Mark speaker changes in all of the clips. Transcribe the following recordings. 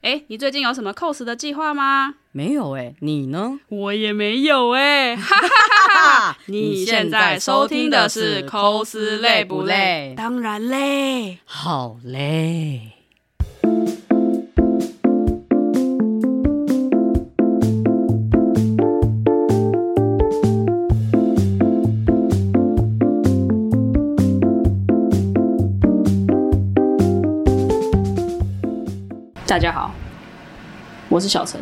Speaker 1: 哎，你最近有什么 cos 的计划吗？
Speaker 2: 没有哎、你 呢？
Speaker 1: 我也没有 哎、哈哈哈哈！你现在收听的是 cos 累不累？当然累。
Speaker 2: 好嘞。
Speaker 1: 大家好，我是小陈。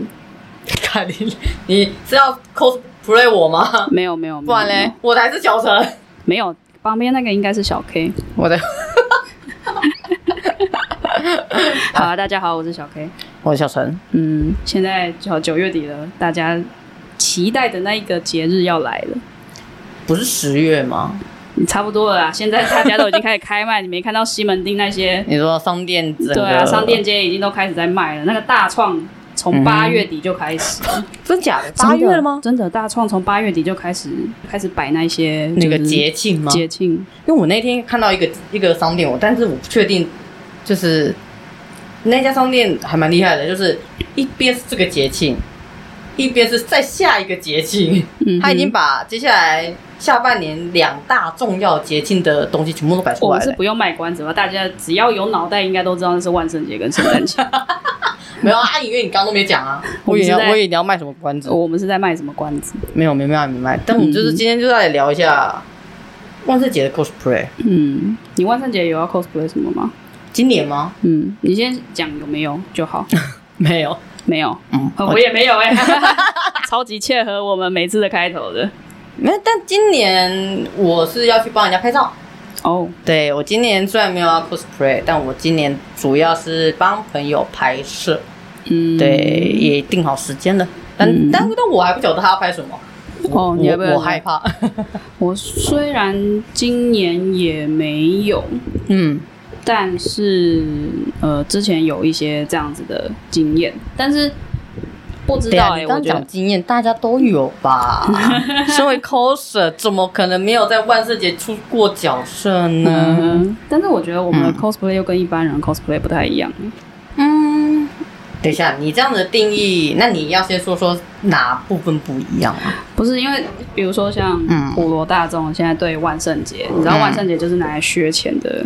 Speaker 2: 看你，你是要 cosplay 我吗？
Speaker 1: 没有没有，
Speaker 2: 不然嘞，我才是小陈。
Speaker 1: 没有，旁边那个应该是小 K。
Speaker 2: 我的，
Speaker 1: 好、啊，大家好，我是小 K。
Speaker 2: 我是小陈。
Speaker 1: 嗯，现在九九月底了，大家期待的那一个节日要来了，
Speaker 2: 不是十月吗？
Speaker 1: 你差不多了啦。现在大家都已经开始开卖，你没看到西门町那些
Speaker 2: 你说商店整个
Speaker 1: 对啊，商店街已经都开始在卖了。那个大创
Speaker 2: 嗯
Speaker 1: 从八月底就开 始，
Speaker 2: 真假的？八月了吗？
Speaker 1: 真的，大创从八月底就开始开始摆那些
Speaker 2: 那个
Speaker 1: 就是
Speaker 2: 节庆吗？
Speaker 1: 节庆，
Speaker 2: 因为我那天看到一个一个商店，我但是我不确定，就是那家商店还蛮厉害的，就是一边是这个节庆，一边是在下一个节庆，
Speaker 1: 嗯哼
Speaker 2: 他已经把接下来下半年两大重要节庆的东西全部都摆出
Speaker 1: 我
Speaker 2: 来
Speaker 1: 们是
Speaker 2: 了。
Speaker 1: 不用卖关子吧？大家只要有脑袋，应该都知道那是万圣节跟圣诞 节。
Speaker 2: 没有啊，阿姨，因为你刚刚都没讲啊，
Speaker 1: 我们
Speaker 2: 以为
Speaker 1: 是
Speaker 2: 你要
Speaker 1: 在
Speaker 2: 我以为你要卖什么关子？
Speaker 1: 我们是在卖什么关子？
Speaker 2: 没有，没卖，没卖。但我们就是
Speaker 1: 嗯
Speaker 2: 今天就来聊一下万圣节的 cosplay，
Speaker 1: 嗯，你万圣节有要 cosplay 什么吗？
Speaker 2: 今年吗？
Speaker 1: 嗯，你先讲有没有就 好。
Speaker 2: 没有，
Speaker 1: 没有，
Speaker 2: 嗯，
Speaker 1: 呃我也没 有哎、超级切合我们每次的开头的。
Speaker 2: 没有。但今年我是要去帮人家拍照。
Speaker 1: 哦，
Speaker 2: 对我今年虽然没有要 cosplay，但我今年主要是帮朋友拍摄，
Speaker 1: 嗯，
Speaker 2: 对，，也定好时间了。但、
Speaker 1: 嗯
Speaker 2: 但但我还不晓得他要拍什么，
Speaker 1: 哦，你要不要？
Speaker 2: 我我害怕。
Speaker 1: 我虽然今年也没有，
Speaker 2: 嗯，
Speaker 1: 但是呃，之前有一些这样子的经验，但是不知
Speaker 2: 对
Speaker 1: 道
Speaker 2: 啊，
Speaker 1: 哎、
Speaker 2: 你
Speaker 1: 我
Speaker 2: 刚
Speaker 1: 觉
Speaker 2: 讲
Speaker 1: 得
Speaker 2: 经验，大家都有 吧？身为 coser，怎么可能没有在万圣节出过角色呢？
Speaker 1: 嗯，但是我觉得我们的
Speaker 2: 嗯
Speaker 1: cosplay 又跟一般人 cosplay 不太一样。
Speaker 2: 嗯，等一下，你这样的定义，那你要先说说哪部分不一样啊？
Speaker 1: 不是因为，比如说像
Speaker 2: 嗯
Speaker 1: 普罗大众现在对万圣节，你知道
Speaker 2: 嗯
Speaker 1: 万圣节就是拿来削钱的，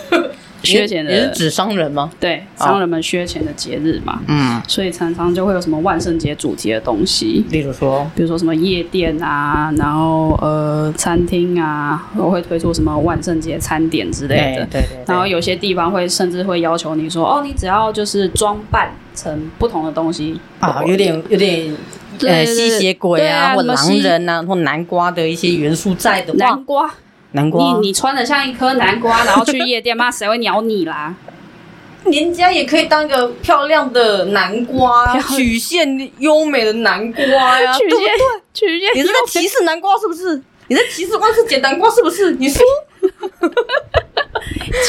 Speaker 1: 削钱
Speaker 2: 你你是
Speaker 1: 的，
Speaker 2: 指商人吗？
Speaker 1: 对
Speaker 2: 哦
Speaker 1: 商人们削钱的节日嘛，
Speaker 2: 嗯，
Speaker 1: 所以常常就会有什么万圣节主题的东西，
Speaker 2: 例如说，
Speaker 1: 比如说什么夜店啊，然后呃餐厅啊，我会推出什么万圣节餐点之类的
Speaker 2: 对。对对，
Speaker 1: 然后有些地方会甚至会要求你说，哦，你只要就是装扮成不同的东西
Speaker 2: 啊，有点有点
Speaker 1: 对对
Speaker 2: 呃
Speaker 1: 对
Speaker 2: 吸血鬼
Speaker 1: 对啊
Speaker 2: 啊，或
Speaker 1: 什么
Speaker 2: 狼
Speaker 1: 吸
Speaker 2: 人啊，或南瓜的一些元素在的话
Speaker 1: 南，瓜，
Speaker 2: 南瓜
Speaker 1: 你你穿的像一颗南瓜，然后去夜店，妈谁会鸟你啦？
Speaker 2: 人家也可以当一个漂亮的南瓜， 曲线优美的南瓜呀，
Speaker 1: 曲
Speaker 2: 啊对不对
Speaker 1: 线？曲线，
Speaker 2: 你是在歧视南瓜是不是？你在歧视万圣节南瓜是不是？你说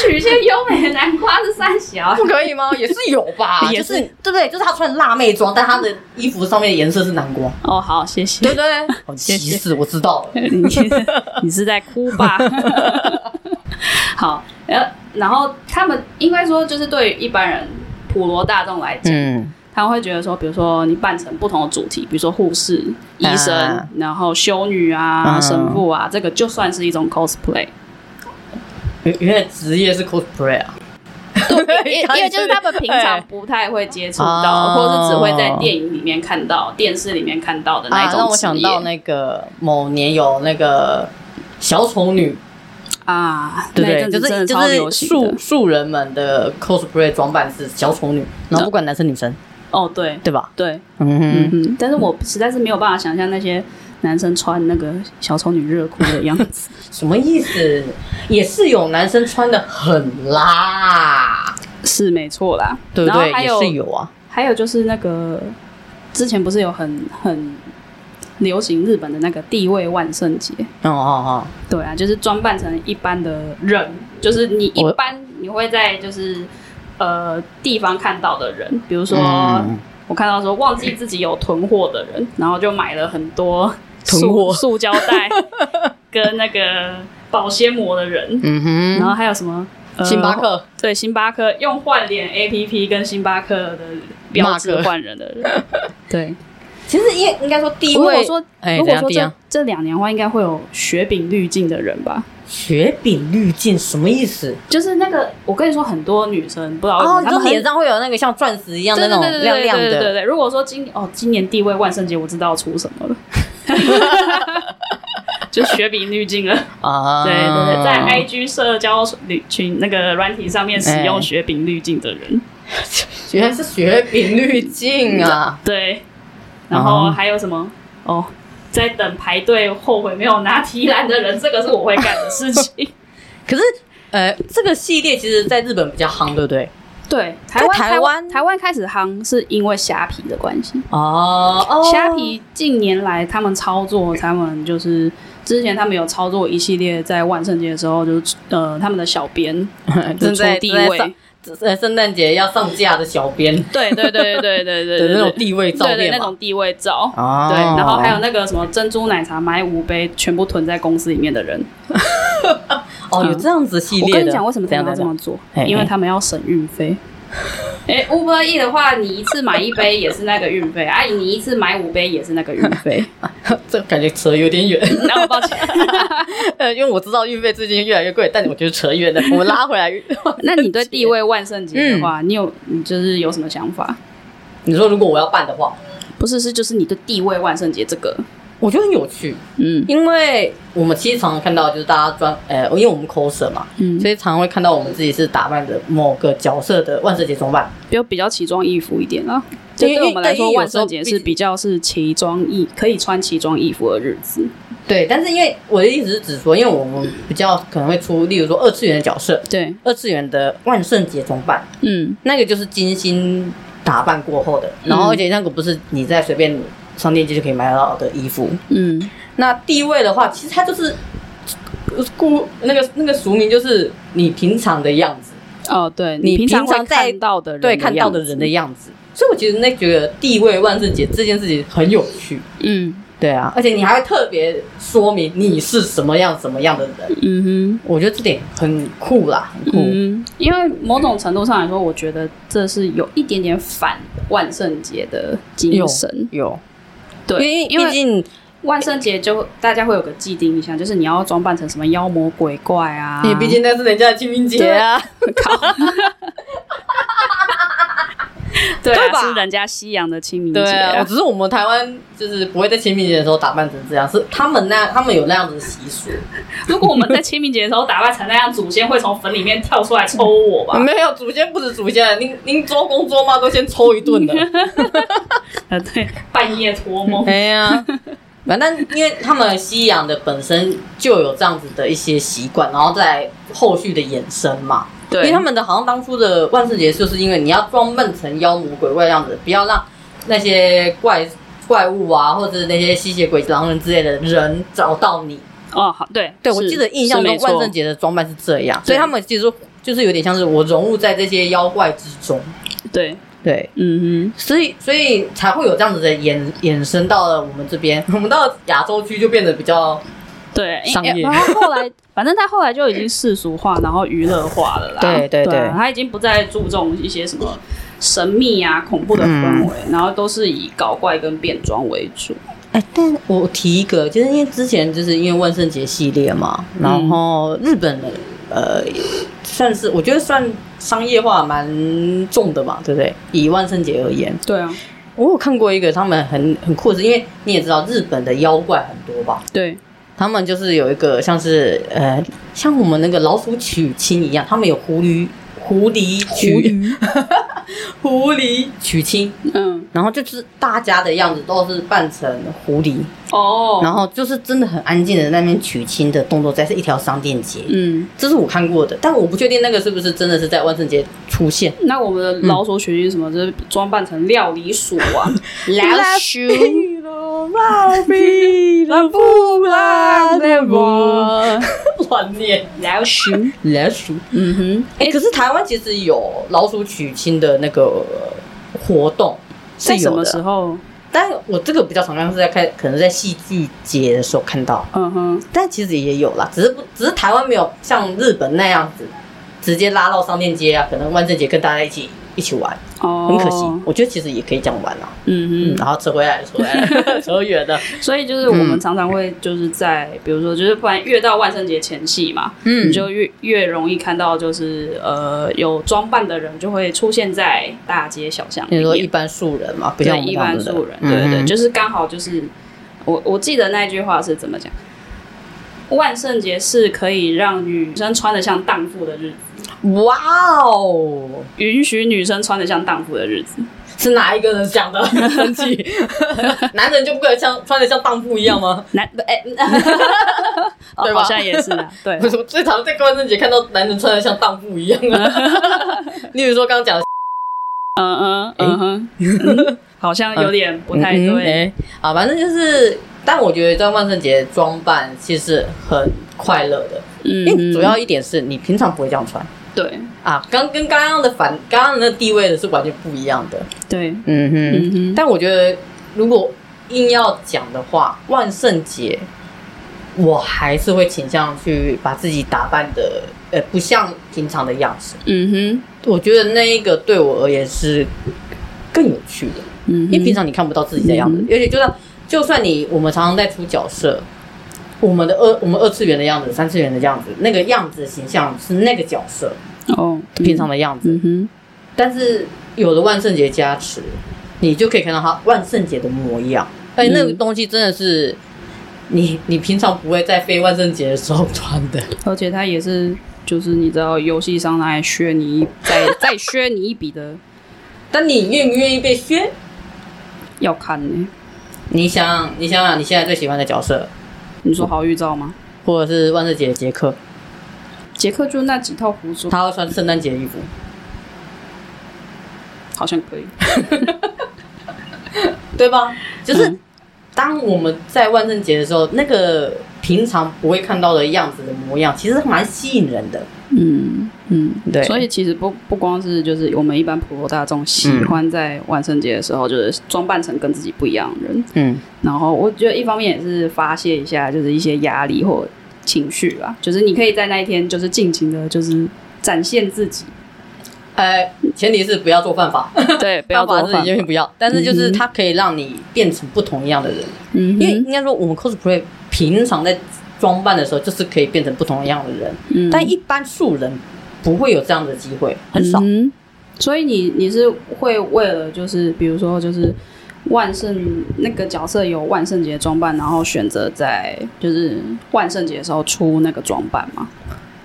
Speaker 1: 曲线优美的南瓜是三小啊
Speaker 2: 不可以 吗？也是有吧，
Speaker 1: 也
Speaker 2: 就是是对不对？就是她穿辣妹装，但她的衣服上面的颜色是南瓜，
Speaker 1: 哦，好，谢谢
Speaker 2: 对。不对？ 好
Speaker 1: 谢
Speaker 2: 歧
Speaker 1: 谢
Speaker 2: 视，我知道 了。
Speaker 1: 你你是在哭吧？ 好，呃，然后他们应该说，就是对于一般人普罗大众来讲，
Speaker 2: 嗯，
Speaker 1: 他们会觉得说，比如说你扮成不同的主题，比如说护士、医生，
Speaker 2: 啊
Speaker 1: 然后修女啊、
Speaker 2: 嗯
Speaker 1: 神父啊，这个就算是一种 cosplay。
Speaker 2: 原原来职业是 cosplay 啊。
Speaker 1: 因因为就是他们平常不太会接触到，
Speaker 2: 哎
Speaker 1: 或者是只会在电影里面看到、电视里面看到的那一
Speaker 2: 啊，
Speaker 1: 种职业。
Speaker 2: 让我想到那个某年有那个小丑女，
Speaker 1: 啊，
Speaker 2: 对不
Speaker 1: 那一
Speaker 2: 对？
Speaker 1: 阵
Speaker 2: 就
Speaker 1: 子真
Speaker 2: 是
Speaker 1: 的超流
Speaker 2: 就是
Speaker 1: 行
Speaker 2: 素
Speaker 1: 的
Speaker 2: 素人们的 cosplay 装扮是小丑女，然后不管男生女生，
Speaker 1: 哦，对
Speaker 2: 对吧？
Speaker 1: 对，
Speaker 2: 嗯
Speaker 1: 嗯哼。但是我实在是没有办法想象那些男生穿那个小丑女热裤的样 子。
Speaker 2: 什么意思？也是有男生穿的很辣，
Speaker 1: 是没错啦，
Speaker 2: 对不
Speaker 1: 然后
Speaker 2: 对？
Speaker 1: 还
Speaker 2: 也
Speaker 1: 有
Speaker 2: 是有啊，
Speaker 1: 还有就是那个之前不是有很很流行日本的那个地位万圣节，
Speaker 2: 哦哦哦，
Speaker 1: 对啊，就是装扮成一般的人，就是你一
Speaker 2: 我
Speaker 1: 般你会在就是呃地方看到的人，比如说、
Speaker 2: 嗯
Speaker 1: 我看到说忘记自己有囤货的人，然后就买了很多
Speaker 2: 囤
Speaker 1: 塑
Speaker 2: 货
Speaker 1: 塑 胶袋跟那个保鲜膜的人，
Speaker 2: 嗯
Speaker 1: 然
Speaker 2: 哼，
Speaker 1: 后还有什么呃
Speaker 2: 嗯星巴克
Speaker 1: 对星巴克用换脸 A P P 跟星巴克的标志
Speaker 2: Mark
Speaker 1: 换人的人， 对。
Speaker 2: 其实应应该说地
Speaker 1: 如
Speaker 2: 位，
Speaker 1: 果说
Speaker 2: 哎
Speaker 1: 如
Speaker 2: 怎
Speaker 1: 果
Speaker 2: 样
Speaker 1: 说
Speaker 2: 地
Speaker 1: 这
Speaker 2: 啊
Speaker 1: 这两年的话，应该会有雪饼滤镜的人吧？
Speaker 2: 雪饼滤镜什么意思？
Speaker 1: 就是那个，我跟你说，很多女生不知道为什
Speaker 2: 哦，
Speaker 1: 么
Speaker 2: 你
Speaker 1: 她
Speaker 2: 说
Speaker 1: 们很
Speaker 2: 脸上会有那个像钻石一样的
Speaker 1: 对
Speaker 2: 那
Speaker 1: 对
Speaker 2: 种
Speaker 1: 对对
Speaker 2: 亮亮
Speaker 1: 对对对
Speaker 2: 的，
Speaker 1: 对。如果说今哦今年地位万圣节，我知道出什么 了， 就雪饼滤镜了。
Speaker 2: 啊，
Speaker 1: 对对对，在 IG 社交群那个软体上面使用
Speaker 2: 哎
Speaker 1: 雪饼滤镜的人，
Speaker 2: 原来是雪饼滤镜啊！
Speaker 1: 对，然后
Speaker 2: 哦
Speaker 1: 还有什么哦？在等排队后悔没有拿提篮的人，这个是我会干的事情。
Speaker 2: 可是，呃，这个系列其实在日本比较夯，对不对？
Speaker 1: 对，台
Speaker 2: 在
Speaker 1: 湾
Speaker 2: 台
Speaker 1: 台
Speaker 2: 湾
Speaker 1: 台湾开始夯是因为虾皮的关系。
Speaker 2: 哦哦
Speaker 1: 虾皮近年来他们操作，他们就是之前他们有操作一系列在万圣节的时候，就是呃他们的小 编就
Speaker 2: 正
Speaker 1: 出
Speaker 2: 在
Speaker 1: 地
Speaker 2: 正在
Speaker 1: 位
Speaker 2: 上，呃，圣诞节要上架的小编
Speaker 1: 对对对对对对
Speaker 2: 的那种地位照
Speaker 1: 对对那
Speaker 2: 片嘛，
Speaker 1: 种地位照。
Speaker 2: 哦
Speaker 1: 对，然后还有那个什么珍珠奶茶买五杯全部囤在公司里面的人，
Speaker 2: 哦，
Speaker 1: 嗯
Speaker 2: 有这样子系
Speaker 1: 我
Speaker 2: 列的。
Speaker 1: 跟你讲为什么他
Speaker 2: 怎
Speaker 1: 们
Speaker 2: 样
Speaker 1: 要
Speaker 2: 的
Speaker 1: 这么做
Speaker 2: 嘿，嘿
Speaker 1: 因为他们要省运 费。哎，Uber E 的话，你一次买一杯也是那个运费，阿姨你一次买五杯也是那个运 费。
Speaker 2: 这感觉扯有点远，
Speaker 1: 然后抱歉，
Speaker 2: 呃，因为我知道运费最近越来越贵，但我觉得扯远了，我们拉回来。
Speaker 1: 那你对地位万圣节
Speaker 2: 嗯
Speaker 1: 的话，你有你就是有什么想法？
Speaker 2: 你说如果我要办的话，
Speaker 1: 不是，是就是你对地位万圣节这个，
Speaker 2: 我觉得很有趣，
Speaker 1: 嗯
Speaker 2: 因为我们其实常常看到，就是大家专，呃，因为我们 coser 嘛，
Speaker 1: 嗯，
Speaker 2: 所以常常会看到我们自己是打扮的某个角色的万圣节装扮。
Speaker 1: 比较比较奇装异服一点啦。就
Speaker 2: 因为
Speaker 1: 对我们来
Speaker 2: 因
Speaker 1: 说，
Speaker 2: 为有
Speaker 1: 万
Speaker 2: 时候
Speaker 1: 圣节
Speaker 2: 毕
Speaker 1: 是
Speaker 2: 竟
Speaker 1: 比较是奇装异可以穿奇装异服的日子。
Speaker 2: 对，但是因为我的意思是指说，因为我们比较可能会出，例如说二次元的角色，
Speaker 1: 对，
Speaker 2: 二次元的万圣节装扮，
Speaker 1: 嗯
Speaker 2: 那个就是精心打扮过后的，然后而且那个不是你在随便商店街就可以买得到的衣服。
Speaker 1: 嗯，
Speaker 2: 那地位的话，其实它就是呃故那个那个俗名，就是你平常的样子，
Speaker 1: 哦，对
Speaker 2: 你
Speaker 1: 平常
Speaker 2: 平常
Speaker 1: 会
Speaker 2: 在
Speaker 1: 看到的人
Speaker 2: 对，看到的
Speaker 1: 样子
Speaker 2: 人的，样子。所以我其实那觉得地位万圣节这件事情很有趣，
Speaker 1: 嗯
Speaker 2: 对啊，而且你还会特别说明你是什么样什么样的人，
Speaker 1: 嗯哼。
Speaker 2: 我觉得这点很酷啦，很酷。
Speaker 1: 嗯，因为某种程度上来说，我觉得这是有一点点反万圣节的精
Speaker 2: 有
Speaker 1: 神。
Speaker 2: 有，
Speaker 1: 对，
Speaker 2: 因
Speaker 1: 因
Speaker 2: 为
Speaker 1: 为
Speaker 2: 毕竟
Speaker 1: 万圣节就大家会有个既定印象，就是你要装扮成什么妖魔鬼怪啊，
Speaker 2: 你毕竟那是人家的清明节啊，
Speaker 1: 对啊
Speaker 2: 对吧
Speaker 1: 是人家西洋的清明节
Speaker 2: 对啊，
Speaker 1: 啊，
Speaker 2: 只是我们台湾就是不会在清明节的时候打扮成这样，是他们那他们有那样子的习俗，
Speaker 1: 如果我们在清明节的时候打扮成那样，祖先会从坟里面跳出来抽我吧？
Speaker 2: 没有祖先不止祖先，啊您您周公周妈都先抽一顿了。
Speaker 1: 呃， 对，半夜托梦。
Speaker 2: 哎呀，反正因为他们西洋的本身就有这样子的一些习惯，然后在后续的衍生嘛。
Speaker 1: 对
Speaker 2: 因为他们的好像当初的万圣节就是因为你要装扮成妖魔鬼怪样子，不要让那些怪怪物啊，或者是那些吸血鬼、狼人之类的人找到你。
Speaker 1: 哦，好，对，
Speaker 2: 对，
Speaker 1: 是
Speaker 2: 我记得印象
Speaker 1: 是
Speaker 2: 中
Speaker 1: 没错
Speaker 2: 万圣节的装扮是这样，所以
Speaker 1: 对
Speaker 2: 他们其实就是有点像是我融入在这些妖怪之中。
Speaker 1: 对，
Speaker 2: 对，
Speaker 1: 嗯
Speaker 2: 所以所以才会有这样子的衍衍生到了我们这边，我们到亚洲区就变得比较
Speaker 1: 哼，对，因
Speaker 2: 商业
Speaker 1: 哎然后后来，反正他后来就已经世俗化，然后娱乐化了啦。
Speaker 2: 对对
Speaker 1: 对啊
Speaker 2: 对
Speaker 1: 他已经不再注重一些什么神秘啊、恐怖的氛围，然后都是以搞怪跟变装为主。
Speaker 2: 哎、但我提一个，就是因为之前就是因为万圣节系列嘛，然后日本的呃算是我觉得算商业化蛮重的嘛，对不对？以万圣节而言，
Speaker 1: 对啊，
Speaker 2: 我有看过一个他们很很酷的是，因为你也知道日本的妖怪很多吧，
Speaker 1: 对，
Speaker 2: 他们就是有一个像是呃，像我们那个老鼠娶亲一样，他们有狐狸狐狸娶 狐狸娶亲，
Speaker 1: 嗯，
Speaker 2: 然后就是大家的样子都是扮成狐狸，
Speaker 1: 哦，
Speaker 2: 然后就是真的很安静的那边娶亲的动作，在是一条商店街，
Speaker 1: 嗯，
Speaker 2: 这是我看过的，但我不确定那个是不是真的是在万圣节出现。
Speaker 1: 那我们的老鼠群是什么？就是装扮成料理鼠啊， 老鼠。
Speaker 2: 乱不
Speaker 1: 拉的我，
Speaker 2: 乱念
Speaker 1: 老鼠，
Speaker 2: 老鼠。
Speaker 1: 嗯哼，
Speaker 2: 哎、可是台湾其实有老鼠娶亲的那个活动，
Speaker 1: 在
Speaker 2: 是
Speaker 1: 什
Speaker 2: 有
Speaker 1: 么时
Speaker 2: 的。
Speaker 1: 候？
Speaker 2: 但我这个比较常看是在看，可能在戏剧节的时候看到，
Speaker 1: 嗯哼，
Speaker 2: 但其实也有啦，只是不只是台湾没有像日本那样子直接拉到商店街啊，可能万圣节跟大家一起一起玩，
Speaker 1: 哦，
Speaker 2: 很可惜。我觉得其实也可以这样玩啊，
Speaker 1: 嗯
Speaker 2: 嗯，然后扯回来，扯回 来，扯远了，
Speaker 1: 嗯，所以就是我们常常会就是在、比如说就是不然越到万圣节前夕嘛，
Speaker 2: 嗯
Speaker 1: 你就越越容易看到就是呃有装扮的人就会出现在大街小巷
Speaker 2: 你
Speaker 1: 里
Speaker 2: 说
Speaker 1: 面
Speaker 2: 一，般素人嘛，不像
Speaker 1: 对
Speaker 2: 我们
Speaker 1: 一
Speaker 2: 这样
Speaker 1: 般
Speaker 2: 子的
Speaker 1: 素人，
Speaker 2: 嗯
Speaker 1: 对对对，
Speaker 2: 嗯
Speaker 1: 就是刚好就是我我记得那句话是怎么讲，万圣节是可以让女生穿的像荡妇的日子，
Speaker 2: 哇哦，
Speaker 1: 允许女生穿的像荡妇的日子。
Speaker 2: 是哪一个人讲的？生气， 男人就不可以像穿的像荡妇一样吗？
Speaker 1: 男哎， 哦
Speaker 2: 对吧
Speaker 1: 好像也是啊，对
Speaker 2: 我最常在万圣节看到男人穿的像荡妇一样啊。 例如说刚刚讲的，
Speaker 1: 嗯嗯嗯 哼，嗯好像有点不太
Speaker 2: 哎嗯嗯
Speaker 1: 对。
Speaker 2: 哎啊，反正就是，但我觉得在万圣节装扮其实很快乐的，
Speaker 1: 嗯，
Speaker 2: 因为
Speaker 1: 嗯
Speaker 2: 哎主要一点是你平常不会这样穿
Speaker 1: 对
Speaker 2: 啊，刚跟刚刚的反刚刚的那个地位的是完全不一样的。
Speaker 1: 对，
Speaker 2: 嗯哼
Speaker 1: 嗯哼，
Speaker 2: 但我觉得，如果硬要讲的话，万圣节我还是会倾向去把自己打扮的，呃，不像平常的样子。
Speaker 1: 嗯
Speaker 2: 我觉得那一个对我而言是更有趣的，
Speaker 1: 哼，嗯哼，
Speaker 2: 因为平常你看不到自己的样子，
Speaker 1: 嗯
Speaker 2: 而且就算就算你我们常常在出角色。我们的二我们二次元的样子，三次元的样子，那个样子形象是那个角色
Speaker 1: 哦，嗯
Speaker 2: 平常，的样子，
Speaker 1: 嗯哼，
Speaker 2: 但是有了万圣节加持，你就可以看到它万圣节的模样。哎，那个
Speaker 1: 嗯
Speaker 2: 东西真的是、你你平常不会在非万圣节的时候穿的。
Speaker 1: 而且他也是，就是你知道，游戏商拿来削你一，再再削你一笔的，
Speaker 2: 但你愿不愿意被削？
Speaker 1: 要看 呢。
Speaker 2: 你想，你想想你现在最喜欢的角色，
Speaker 1: 你说好预兆吗？
Speaker 2: 或者是万圣节的杰克，
Speaker 1: 杰克就那几套服装，
Speaker 2: 他会穿圣诞节的衣服。
Speaker 1: 好像可以。
Speaker 2: 对吧？就是
Speaker 1: 嗯
Speaker 2: 当我们在万圣节的时候，那个平常不会看到的样子的模样，其实蛮吸引人的。
Speaker 1: 嗯嗯，
Speaker 2: 对
Speaker 1: 所以其实不不光是就是我们一般普罗大众喜欢在万圣节的时候，就是装扮成跟自己不一样的人。
Speaker 2: 嗯，
Speaker 1: 然后我觉得一方面也是发泄一下，就是一些压力或情绪吧。就是你可以在那一天就是尽情的，就是展现自己。
Speaker 2: 呃，前提是不要做犯法，
Speaker 1: 对，不要
Speaker 2: 犯
Speaker 1: 做
Speaker 2: 法是
Speaker 1: 饭
Speaker 2: 永。远不要。但是就
Speaker 1: 嗯
Speaker 2: 是
Speaker 1: 哼
Speaker 2: 它可以让你变成不同一样的人，
Speaker 1: 嗯
Speaker 2: 因为
Speaker 1: 哼，
Speaker 2: 应该说我们 cosplay 平常在装扮的时候，就是可以变成不同一样的人，
Speaker 1: 嗯
Speaker 2: 但一般素人不会有这样的机会，很少。
Speaker 1: 嗯所以你你是会为了就是比如说就是万圣那个角色有万圣节装扮，然后选择在就是万圣节的时候出那个装扮吗？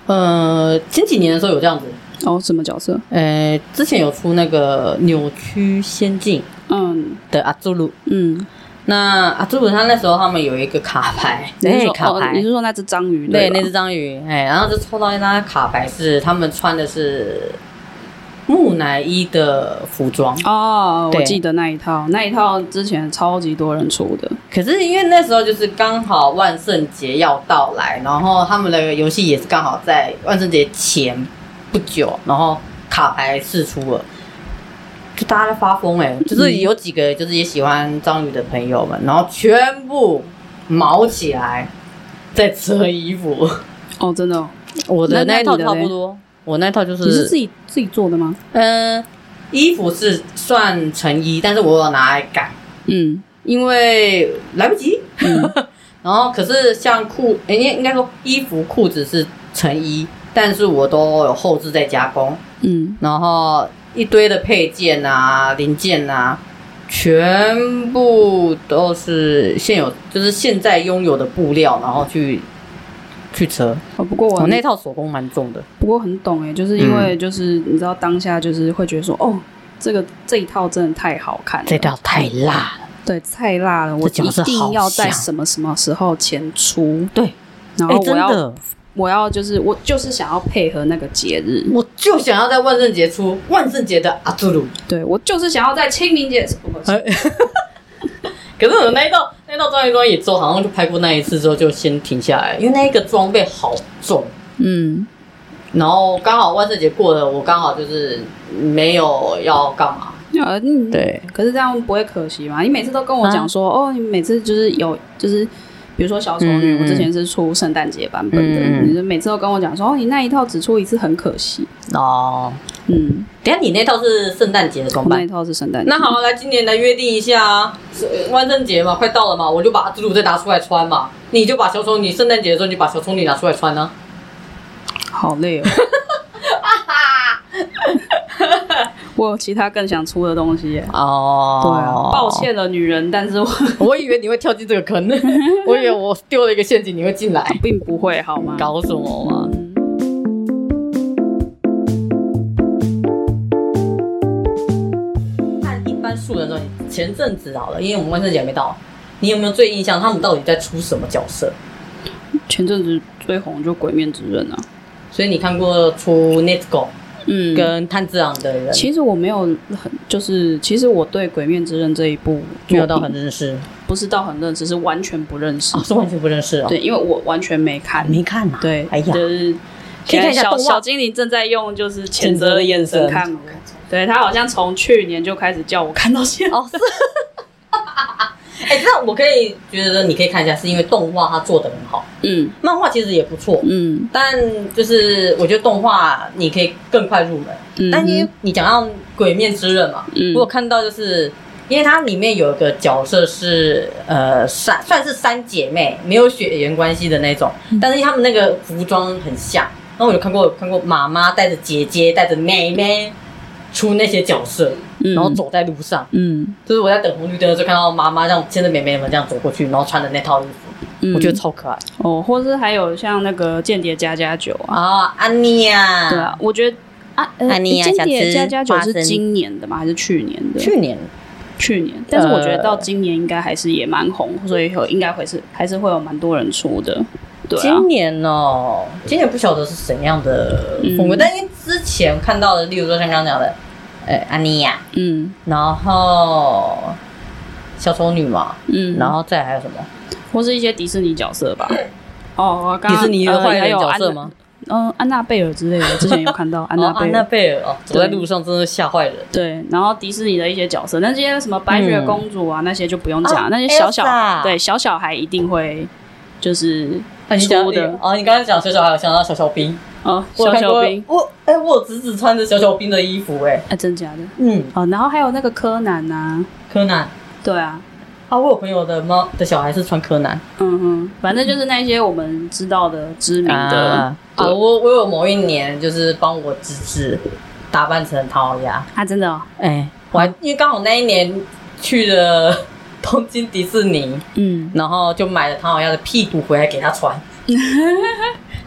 Speaker 2: 呃，前几年的时候有这样子，
Speaker 1: 哦，什么角色？
Speaker 2: 呃，之前有出那个扭曲仙境
Speaker 1: 嗯
Speaker 2: 的阿朱鲁，
Speaker 1: 嗯，
Speaker 2: 那阿朱鲁他那时候他们有一个卡牌，
Speaker 1: 你是说、
Speaker 2: 卡
Speaker 1: 哦、你
Speaker 2: 牌。
Speaker 1: 是说那只章鱼
Speaker 2: 对，
Speaker 1: 吧
Speaker 2: 那只章鱼，哎，然后就抽到一张卡牌是，他们穿的是木乃伊的服装，
Speaker 1: 哦，我
Speaker 2: 对
Speaker 1: 记得那一套，那一套之前超级多人出的，
Speaker 2: 可是因为那时候就是刚好万圣节要到来，然后他们的游戏也是刚好在万圣节前不久，然后卡牌试出了，就大家都发疯哎、 就是有几个就是也喜欢章鱼的朋友们，然后全部毛起来在遮衣服。
Speaker 1: 哦，真的、哦，
Speaker 2: 我的
Speaker 1: 那
Speaker 2: 那一套
Speaker 1: 那你的
Speaker 2: 差
Speaker 1: 嘞
Speaker 2: 不多，我那一套就是
Speaker 1: 你是自己自己做的吗？
Speaker 2: 嗯、衣服是算成衣，但是我有拿来改。
Speaker 1: 嗯
Speaker 2: 因为来不及。 然后可是像裤，诶应该应该说衣服、裤子是成衣，但是我都有后置在加工，
Speaker 1: 嗯，
Speaker 2: 然后一堆的配件啊、零件啊，全部都是现有，就是现在拥有的布料，然后去去折。
Speaker 1: 哦，不过我
Speaker 2: 我那套手工蛮重的，
Speaker 1: 不过很懂哎、就是因
Speaker 2: 嗯
Speaker 1: 为就是你知道当下就是会觉得说，哦，这个这一套真的太好看了，
Speaker 2: 这套太辣了。
Speaker 1: 对太辣了，我
Speaker 2: 这角
Speaker 1: 一
Speaker 2: 色
Speaker 1: 定
Speaker 2: 好
Speaker 1: 要在
Speaker 2: 像
Speaker 1: 什么什么时候前出，
Speaker 2: 对，
Speaker 1: 然
Speaker 2: 哎、
Speaker 1: 后我
Speaker 2: 真
Speaker 1: 要、
Speaker 2: 的，
Speaker 1: 我要就是我就是想要配合那个节日，
Speaker 2: 我就想要在万圣节出万圣节的阿祖鲁。
Speaker 1: 对我就是想要在清明节，不不
Speaker 2: 哎可是我那一道那一道装备装也之后，好像就拍过那一次之后就先停下来，因为那一个装备好重，
Speaker 1: 嗯
Speaker 2: 然后刚好万圣节过了，我刚好就是没有要干嘛。
Speaker 1: 啊嗯
Speaker 2: 对，啊
Speaker 1: 可是这样不会可惜吗？你每次都跟我讲说，哦，你每次就是有就是，比如说小丑女，
Speaker 2: 嗯嗯嗯
Speaker 1: 我之前是出圣诞节版本的，
Speaker 2: 嗯嗯嗯
Speaker 1: 你就每次都跟我讲说，哦，你那一套只出一次很可惜。
Speaker 2: 哦，
Speaker 1: 嗯，
Speaker 2: 等一下你那套是圣诞节的装
Speaker 1: 我那
Speaker 2: 扮
Speaker 1: 一，套是圣诞节。
Speaker 2: 那好，啊来今年来约定一下啊，是呃万圣节嘛，快到了嘛，我就把阿兹鲁再拿出来穿嘛，你就把小丑女圣诞节的时候你把小丑女拿出来穿啊呢、
Speaker 1: 好 累哦。我有其他更想出的东西耶。
Speaker 2: 哦
Speaker 1: 对啊，抱，歉了女人，但是我
Speaker 2: 我以为你会跳进这个坑，我以为我丢了一个陷阱你会进来，
Speaker 1: 并不会，好吗？嗯
Speaker 2: 搞什么嘛？看一般素人的你前阵子好了，因为我们万圣节还没到，你有没有最印象他们到底在出什么角色？
Speaker 1: 前阵子最红就《鬼面之刃》啊，
Speaker 2: 所以你看过出 Netgo
Speaker 1: 嗯，
Speaker 2: 跟炭治郎的人，
Speaker 1: 其实我没有很，就是其实我对《鬼面之刃》这一部
Speaker 2: 没有到
Speaker 1: 作
Speaker 2: 很
Speaker 1: 品
Speaker 2: 认识
Speaker 1: 不是到很认识，是完全不认识
Speaker 2: 啊，。是完全不认识哦。
Speaker 1: 对，因为我完全没看
Speaker 2: 啊，。没看呐、
Speaker 1: 对，
Speaker 2: 哎呀，
Speaker 1: 就是
Speaker 2: 可以看一下
Speaker 1: 小
Speaker 2: 动画
Speaker 1: 小精灵正在用就是谴责的眼
Speaker 2: 谴责
Speaker 1: 神
Speaker 2: 的眼神
Speaker 1: 看我，对他好像从去年就开始叫我看到现在。
Speaker 2: 哦，是。 哎、那我可以觉得你可以看一下，是因为动画它做的很好，
Speaker 1: 嗯
Speaker 2: 漫画其实也不错，
Speaker 1: 嗯
Speaker 2: 但就是我觉得动画你可以更快入门。
Speaker 1: 嗯
Speaker 2: 但因为你讲到《鬼面之刃》嘛，
Speaker 1: 嗯
Speaker 2: 我有看到就是。因为它里面有一个角色是呃三算是三姐妹，没有血缘关系的那种，
Speaker 1: 嗯
Speaker 2: 但是她们那个服装很像。然后我有看过看过妈妈带着姐姐带着妹妹出那些角色，
Speaker 1: 嗯
Speaker 2: 然后走在路上，
Speaker 1: 嗯
Speaker 2: 就是我在等红绿灯的时候看到妈妈这样牵着妹妹们这样走过去，然后穿的那套衣服，
Speaker 1: 嗯，
Speaker 2: 我觉得超可爱
Speaker 1: 哦，或是还有像那个间谍加加酒啊，
Speaker 2: 啊！安妮呀，
Speaker 1: 对啊，我觉得啊，呃
Speaker 2: 安妮呀
Speaker 1: 间
Speaker 2: 小
Speaker 1: 谍
Speaker 2: 吃
Speaker 1: 加加酒
Speaker 2: 花
Speaker 1: 是
Speaker 2: 生
Speaker 1: 今年的吗？还是去年的？
Speaker 2: 去呃年
Speaker 1: 去年，但是我觉得到今年应该还是也蛮红，所以有应该会是还是会有蛮多人出的。对啊，
Speaker 2: 今年哦，今年不晓得是怎样的风格，
Speaker 1: 嗯
Speaker 2: 但因为之前看到的，例如说像刚刚讲的，呃，安妮亚，
Speaker 1: 嗯
Speaker 2: 然后小丑女嘛，
Speaker 1: 嗯，
Speaker 2: 然后再还有什么？
Speaker 1: 或是一些迪士尼角色吧。哦，刚
Speaker 2: 迪
Speaker 1: 刚
Speaker 2: 士尼的
Speaker 1: 呃
Speaker 2: 坏
Speaker 1: 还
Speaker 2: 人
Speaker 1: 有
Speaker 2: 角色
Speaker 1: 安
Speaker 2: 吗？
Speaker 1: 嗯、安娜贝尔之类的，之前有看到安
Speaker 2: 哦，
Speaker 1: 娜
Speaker 2: 安
Speaker 1: 贝
Speaker 2: 娜
Speaker 1: 尔。
Speaker 2: 贝尔哦，走在路上真的吓坏人。
Speaker 1: 对，然后迪士尼的一些角色，那这些什么白雪公主啊，那些就不用讲，
Speaker 2: 哦
Speaker 1: 那些小小
Speaker 2: Elsa
Speaker 1: 对小小孩一定会就是
Speaker 2: 啊，你讲
Speaker 1: 出的
Speaker 2: 哦，你刚才讲小小孩，我想到小小兵，
Speaker 1: 哦
Speaker 2: 我有
Speaker 1: 小
Speaker 2: 看
Speaker 1: 小
Speaker 2: 过
Speaker 1: 兵，
Speaker 2: 我哎，我有侄子穿着小小兵的衣服，哎，
Speaker 1: 啊，真假的
Speaker 2: 嗯，
Speaker 1: 哦，然后还有那个柯南呐、
Speaker 2: 柯南。
Speaker 1: 对啊，
Speaker 2: 啊，我有朋友的猫的小孩是穿柯南
Speaker 1: 嗯哼，反正就是那些我们知道的知名的
Speaker 2: 啊，
Speaker 1: 对
Speaker 2: 我我有某一年就是帮我侄子打扮成唐老鸭，
Speaker 1: 啊，真的、哦，
Speaker 2: 哎、我还因为刚好那一年去了 东京迪士尼，
Speaker 1: 嗯，
Speaker 2: 然后就买了唐老鸭的屁股回来给他 穿。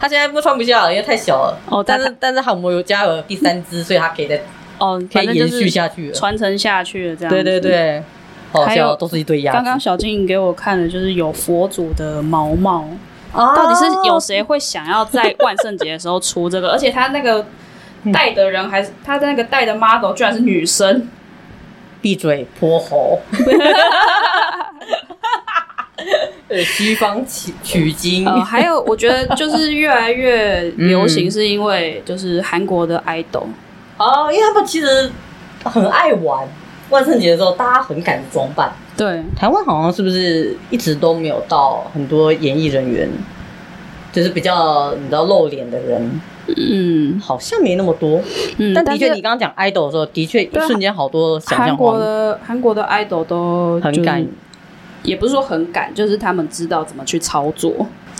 Speaker 2: 他现在不穿不下了，因为太小了。
Speaker 1: 哦
Speaker 2: 但
Speaker 1: 他
Speaker 2: 是但是好，我有加了第三只，所以他可以再
Speaker 1: 哦，
Speaker 2: 可
Speaker 1: 反
Speaker 2: 以
Speaker 1: 正就
Speaker 2: 延续
Speaker 1: 是
Speaker 2: 下去了。
Speaker 1: 传承下去的这样。
Speaker 2: 对对。对，好
Speaker 1: 还
Speaker 2: 笑，
Speaker 1: 有
Speaker 2: 都是一堆鸭子。
Speaker 1: 刚刚小静给我看的就是有佛祖的毛毛，
Speaker 2: 啊
Speaker 1: 到底是有谁会想要在万圣节的时候出 这个？而且他那个带的人还是他的那个带的 model 居然是女生，
Speaker 2: 闭嘴泼 猴。呃，西方取取经，
Speaker 1: 呃，还有我觉得就是越来越流行，是因为就是韩国的 idol，
Speaker 2: 哦，因为他们其实很爱玩。万圣节的时候，大家很敢装扮。
Speaker 1: 对，
Speaker 2: 台湾好像是不是一直都没有到很多演艺人员，就是比较你知道露脸的人，
Speaker 1: 嗯
Speaker 2: 好像没那么多。
Speaker 1: 嗯，
Speaker 2: 但的确，
Speaker 1: 是
Speaker 2: 你刚刚讲 idol 的时候，的确一
Speaker 1: 对啊
Speaker 2: 瞬间好多想
Speaker 1: 韩
Speaker 2: 象
Speaker 1: 国
Speaker 2: 画面，
Speaker 1: 的韩国的 idol 都
Speaker 2: 很
Speaker 1: 就是
Speaker 2: 敢
Speaker 1: 也不是说很敢，就是他们知道怎么去操作，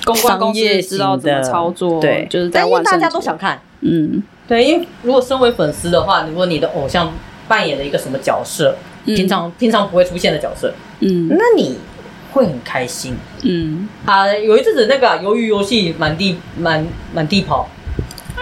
Speaker 1: 公关公
Speaker 2: 商业
Speaker 1: 司知
Speaker 2: 型
Speaker 1: 道怎么
Speaker 2: 的
Speaker 1: 操作，
Speaker 2: 对，
Speaker 1: 就是在
Speaker 2: 但因为
Speaker 1: 万
Speaker 2: 大
Speaker 1: 圣
Speaker 2: 家都
Speaker 1: 节，
Speaker 2: 想看。
Speaker 1: 嗯
Speaker 2: 对，因为如果身为粉丝的话，如果你的偶像扮演了一个什么角色，
Speaker 1: 嗯
Speaker 2: 平常平常不会出现的角色，
Speaker 1: 嗯
Speaker 2: 那你会很开心
Speaker 1: 嗯，
Speaker 2: 啊！有一阵子那个啊鱿鱼游戏满地满满地跑，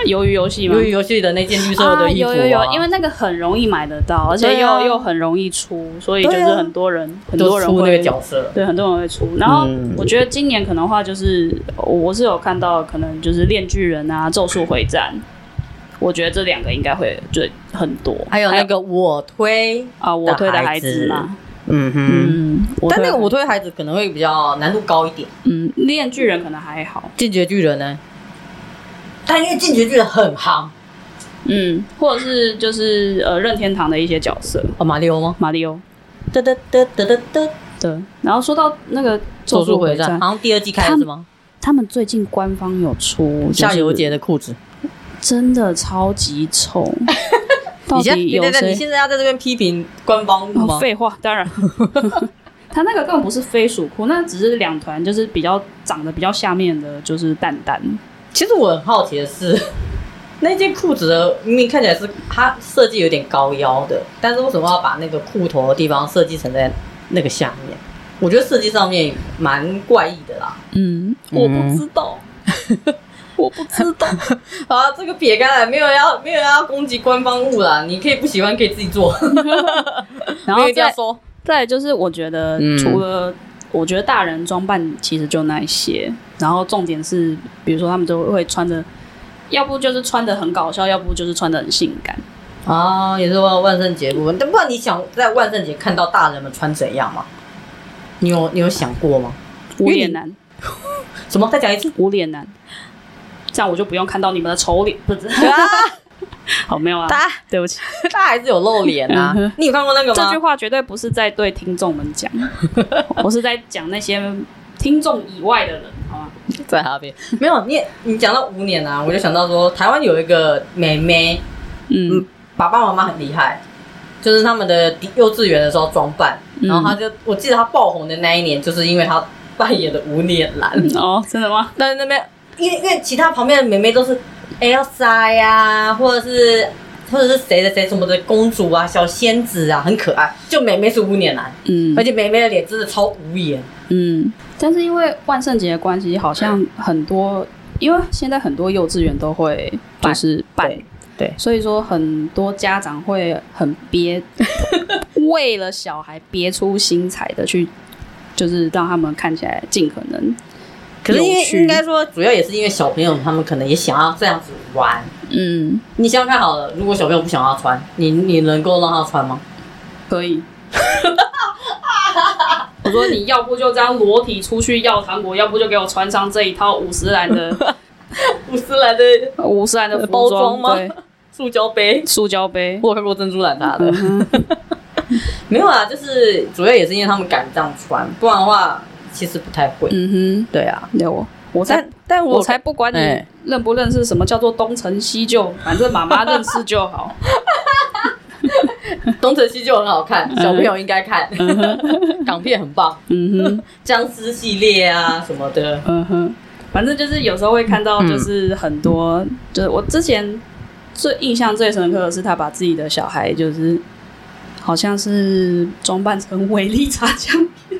Speaker 1: 鱿鱼游戏吗
Speaker 2: 鱿？鱼游戏的那件绿色
Speaker 1: 啊，
Speaker 2: 的衣服、
Speaker 1: 有有有，因为那个很容易买得到，而且
Speaker 2: 对
Speaker 1: 又、
Speaker 2: 啊
Speaker 1: 又很容易出，所以就
Speaker 2: 对啊
Speaker 1: 是很多人、很
Speaker 2: 都
Speaker 1: 多
Speaker 2: 是
Speaker 1: 人
Speaker 2: 出
Speaker 1: 会
Speaker 2: 那个角色，
Speaker 1: 对，很多人会出。然后
Speaker 2: 嗯
Speaker 1: 我觉得今年可能的话就是，我我是有看到可能就是《炼巨人》啊，《咒术回战》，我觉得这两个应该会最很多。
Speaker 2: 还有那个我推，
Speaker 1: 啊，我推的孩子
Speaker 2: 的孩
Speaker 1: 嘛，
Speaker 2: 嗯哼。
Speaker 1: 嗯，我
Speaker 2: 但
Speaker 1: 推
Speaker 2: 那
Speaker 1: 的
Speaker 2: 个我推孩子可能会比较难度高一点，
Speaker 1: 嗯，《炼巨人》可能还好，
Speaker 2: 《进击的巨人》呢？但因为《进击的巨人》很夯，
Speaker 1: 嗯，或者是就是呃任天堂的一些角色，
Speaker 2: 哦，马里奥吗？
Speaker 1: 马里奥，
Speaker 2: 哒哒哒哒哒哒
Speaker 1: 对，然后说到那个《咒
Speaker 2: 咒
Speaker 1: 术
Speaker 2: 术
Speaker 1: 回
Speaker 2: 回
Speaker 1: 战
Speaker 2: 战》，好像第二季开
Speaker 1: 他
Speaker 2: 了是吗？
Speaker 1: 他们最近官方有出
Speaker 2: 夏油
Speaker 1: 姐
Speaker 2: 杰的裤子，
Speaker 1: 真的超级 丑，到
Speaker 2: 你现在
Speaker 1: 底有
Speaker 2: 对对对你
Speaker 1: 谁？
Speaker 2: 现在要在这边批评官方
Speaker 1: 哦
Speaker 2: 吗？
Speaker 1: 废话，当 然。他那个根本不是飞鼠裤，那只是两团，就是比较长得比较下面的，就是蛋蛋。
Speaker 2: 其实我很好奇的是， 那件裤子的明明看起来是它设计有点高腰的，但是为什么要把那个裤头的地方设计成在那个下面？我觉得设计上面蛮怪异的啦。
Speaker 1: 嗯，
Speaker 2: 我不知道，嗯
Speaker 1: 我不知 道。
Speaker 2: 好啊，这个撇开来，没有要没有要攻击官方物啦，你可以不喜欢，可以自己做，
Speaker 1: 然
Speaker 2: 没有
Speaker 1: 后
Speaker 2: 一定要
Speaker 1: 再
Speaker 2: 说。
Speaker 1: 再来就是，我觉得
Speaker 2: 嗯
Speaker 1: 除了、我觉得大人装扮其实就那一些，然后重点是，比如说他们都会穿的，要不就是穿的很搞笑，要不就是穿的很性感。
Speaker 2: 啊，也是万万圣节部分，但不知道你想在万圣节看到大人们穿怎样吗？你有你有想过吗？
Speaker 1: 无
Speaker 2: 因为
Speaker 1: 脸
Speaker 2: 你
Speaker 1: 男，
Speaker 2: 什么？再讲 一次。
Speaker 1: 无脸男，这样我就不用看到你们的丑脸， 不是？好，没有啊，
Speaker 2: 大家
Speaker 1: 对不起，
Speaker 2: 大家还是有露脸啊
Speaker 1: 嗯哼！
Speaker 2: 你有看过那个
Speaker 1: 这句
Speaker 2: 吗？
Speaker 1: 话绝对不是在对听众们 讲，我是在讲那些听众以外的人，好吗？
Speaker 2: 在哈边没有你，你讲到五年啊，我就想到说，台湾有一个妹妹，
Speaker 1: 嗯
Speaker 2: 嗯，爸爸妈妈很厉害，就是他们的幼稚园的时候装扮，
Speaker 1: 嗯
Speaker 2: 然后她就，我记得她爆红的那一年，就是因为她扮演的无脸男，
Speaker 1: 哦，真的吗？
Speaker 2: 但是那边，因为因为其他旁边的妹妹都是 Elsa 呀、或者是或者是谁的谁什么的公主啊、小仙子啊，很可爱。就妹妹是无脸男，
Speaker 1: 嗯
Speaker 2: 而且妹妹的脸真的超无眼。
Speaker 1: 嗯，但是因为万圣节的关系，好像很多，因为现在很多幼稚园都会
Speaker 2: 办
Speaker 1: 就是办，
Speaker 2: 对对
Speaker 1: 所以说很多家长会很憋， 为了小孩憋出心裁的去，就是让他们看起来尽可能，
Speaker 2: 可是因为
Speaker 1: 有趣
Speaker 2: 应该说，主要也是因为小朋友他们可能也想要这样子玩。
Speaker 1: 嗯，
Speaker 2: 你想想看好了，如果小朋友不想要穿，你你能够让他穿吗？
Speaker 1: 可以。我说你要不就这样裸体出去要糖果，要不就给我穿上这一套五十岚 的
Speaker 2: 五十来的
Speaker 1: 五十岚的服
Speaker 2: 包装吗
Speaker 1: 对，
Speaker 2: 塑胶杯，
Speaker 1: 塑胶 杯。
Speaker 2: 我有看过珍珠奶茶的。
Speaker 1: 嗯哼
Speaker 2: 没有啊，就是主要也是因为他们敢这样穿，不然的话其实不太会。
Speaker 1: 嗯
Speaker 2: 对啊，
Speaker 1: 哼，对我我才
Speaker 2: 但但
Speaker 1: 我才不管你
Speaker 2: 哎
Speaker 1: 认不认识什么叫做东成西就，反正妈妈认识就好。
Speaker 2: 东成西就很好看，小朋友应该看。 港片很棒，
Speaker 1: 嗯哼，
Speaker 2: 僵尸系列啊什么的。
Speaker 1: 嗯哼，嗯反正就是有时候会看到，就是很多，就是我之前最印象最深刻的是，他把自己的小孩就是好像是装扮成维力炸酱，
Speaker 2: 等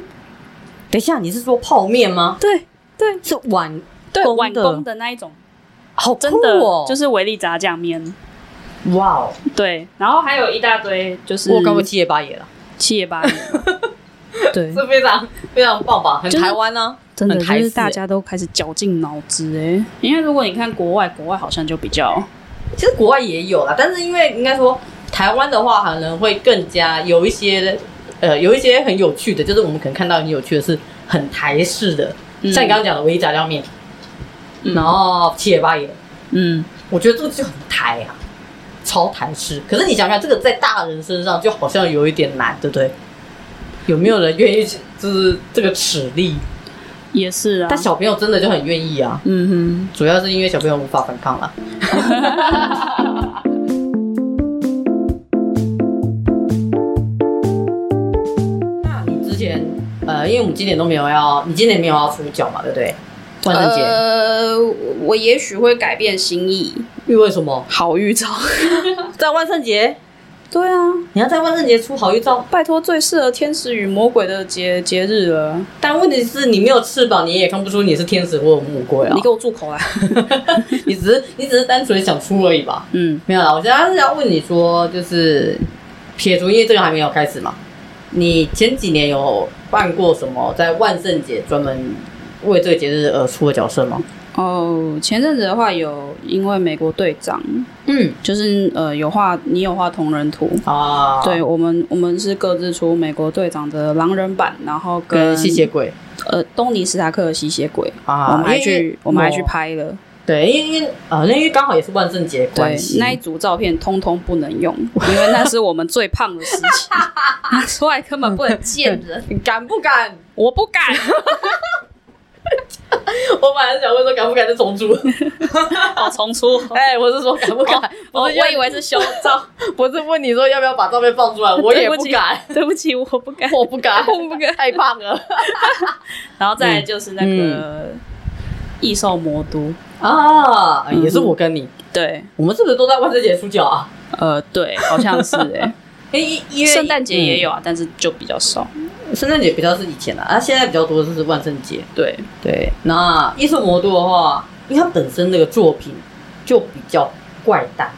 Speaker 2: 一下，你是说泡面吗？
Speaker 1: 对对
Speaker 2: 是碗，
Speaker 1: 对，
Speaker 2: 公的
Speaker 1: 碗工的那一种，
Speaker 2: 好酷
Speaker 1: 真的
Speaker 2: 哦！
Speaker 1: 就是维力炸酱面。
Speaker 2: 哇哦，
Speaker 1: 对，然后还有一大堆就是
Speaker 2: 我干过七爷八爷了，
Speaker 1: 七爷八爷， 对，
Speaker 2: 是非常非常棒吧？很
Speaker 1: 就是
Speaker 2: 台湾呢，
Speaker 1: 真的
Speaker 2: 很
Speaker 1: 就
Speaker 2: 台
Speaker 1: 是
Speaker 2: 式
Speaker 1: 大
Speaker 2: 欸
Speaker 1: 家都开始绞尽脑汁哎、欸，因为如果你看国外，国外好像就比较
Speaker 2: 其实国外也有啦，但是因为应该说台湾的话，可能会更加有一些呃，有一些很有趣的，就是我们可能看到很有趣的是很台式的，
Speaker 1: 嗯
Speaker 2: 像你刚刚讲的唯一炸酱面，
Speaker 1: 嗯
Speaker 2: 然后七爷八爷，
Speaker 1: 嗯
Speaker 2: 我觉得这就很台啊，超台式。可是你想想看，这个在大人身上就好像有一点难，对不对？有没有人愿意去就是这个齿力？
Speaker 1: 也是啊
Speaker 2: 但，小朋友真的就很愿意啊，
Speaker 1: 嗯
Speaker 2: 主要是因为小朋友无法反抗了。那你之前呃，因为我们今年都没有要，你今年没有要出脚嘛，对不对？
Speaker 1: 哼，
Speaker 2: 万圣节，
Speaker 1: 呃，我也许会改变心意，
Speaker 2: 因为什么？
Speaker 1: 好预兆，
Speaker 2: 在万圣节，
Speaker 1: 对啊，
Speaker 2: 你要在万圣节出好预兆
Speaker 1: 拜托，最适合天使与魔鬼的节节日了，
Speaker 2: 但问题是，你没有翅膀，你也看不出你是天使或魔鬼啊！
Speaker 1: 你给我住口 啊！
Speaker 2: 你只是你只是单纯想出而已吧？
Speaker 1: 嗯，
Speaker 2: 没有啦，我现在是要问你说，就是撇除因为这个还没有开始嘛，你前几年有办过什么在万圣节专门为这个节日而出的角色吗？
Speaker 1: 哦，前阵子的话有因为美国队长，
Speaker 2: 嗯
Speaker 1: 就是呃有画你有画同人图，
Speaker 2: 啊，
Speaker 1: 对，我们，我们是各自出美国队长的狼人版，然后
Speaker 2: 跟
Speaker 1: 跟
Speaker 2: 吸血鬼
Speaker 1: 呃东尼史塔克的吸血鬼，
Speaker 2: 啊，
Speaker 1: 我们还
Speaker 2: 因为
Speaker 1: 去我们还去
Speaker 2: 我
Speaker 1: 拍了，
Speaker 2: 对，因为因为呃，那因为刚好也是万圣节关
Speaker 1: 对，
Speaker 2: 系，
Speaker 1: 那一组照片通通不能用，因为那是我们最胖的时期， 拿出来根本不能 见人。
Speaker 2: 你敢不敢？
Speaker 1: 我不敢，
Speaker 2: 我本来是想问说敢不敢再重 组，
Speaker 1: 我重出。
Speaker 2: 哎、我是说敢不敢？
Speaker 1: 我
Speaker 2: 不
Speaker 1: 我
Speaker 2: 是要
Speaker 1: 以为是胸 罩，
Speaker 2: 不是问你说要不要把照片放出来，我也
Speaker 1: 对不
Speaker 2: 不
Speaker 1: 起
Speaker 2: 敢，
Speaker 1: 对不起，我不敢。
Speaker 2: 我不敢，
Speaker 1: 我不敢
Speaker 2: 太胖 了
Speaker 1: 然后
Speaker 2: 嗯
Speaker 1: 再来就是那个异兽魔都，
Speaker 2: 啊！
Speaker 1: 嗯
Speaker 2: 也是我跟你，
Speaker 1: 对，
Speaker 2: 我们是不是都在万圣节出脚啊？
Speaker 1: 呃，对，好像 是哎，
Speaker 2: 哎，一一月
Speaker 1: 圣诞节也有啊，但是就比较少。
Speaker 2: 嗯圣诞节比较是以前的啊，现在比较多的是万圣节。
Speaker 1: 对，
Speaker 2: 对，那异兽魔都的话，因为它本身那个作品就比较怪诞，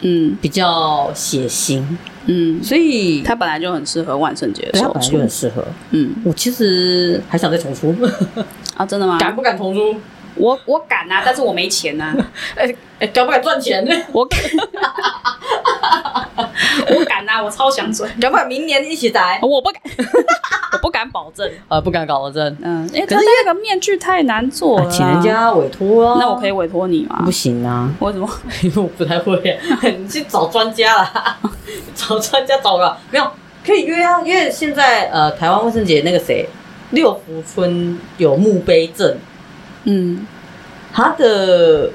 Speaker 1: 嗯
Speaker 2: 比较血腥，
Speaker 1: 嗯，
Speaker 2: 所以
Speaker 1: 它本来就很适合万圣节的
Speaker 2: 对
Speaker 1: 时
Speaker 2: 它
Speaker 1: 候
Speaker 2: 本来就
Speaker 1: 出
Speaker 2: 很。适合。
Speaker 1: 嗯
Speaker 2: 我其实还想再重 出，
Speaker 1: 啊，真的吗？
Speaker 2: 敢不敢重出？
Speaker 1: 我我敢啊，但是我没钱呐，
Speaker 2: 哎哎，敢不敢赚钱？
Speaker 1: 我敢， 我敢啊，我超想追，
Speaker 2: 敢不敢明年一起来？
Speaker 1: 我不敢， 我不敢保证。
Speaker 2: 啊，不敢搞了，真。
Speaker 1: 嗯，因为他那个面具太难做了啊，哦
Speaker 2: 请人家委托啊。
Speaker 1: 那我可以委托你吗
Speaker 2: 不？行啊，
Speaker 1: 我怎么？
Speaker 2: 因为我不太 会啊，你去找专家啦， 找专家找个没有可以约啊，因为现在呃台湾万圣节那个谁六福村有墓碑镇，
Speaker 1: 嗯
Speaker 2: 他的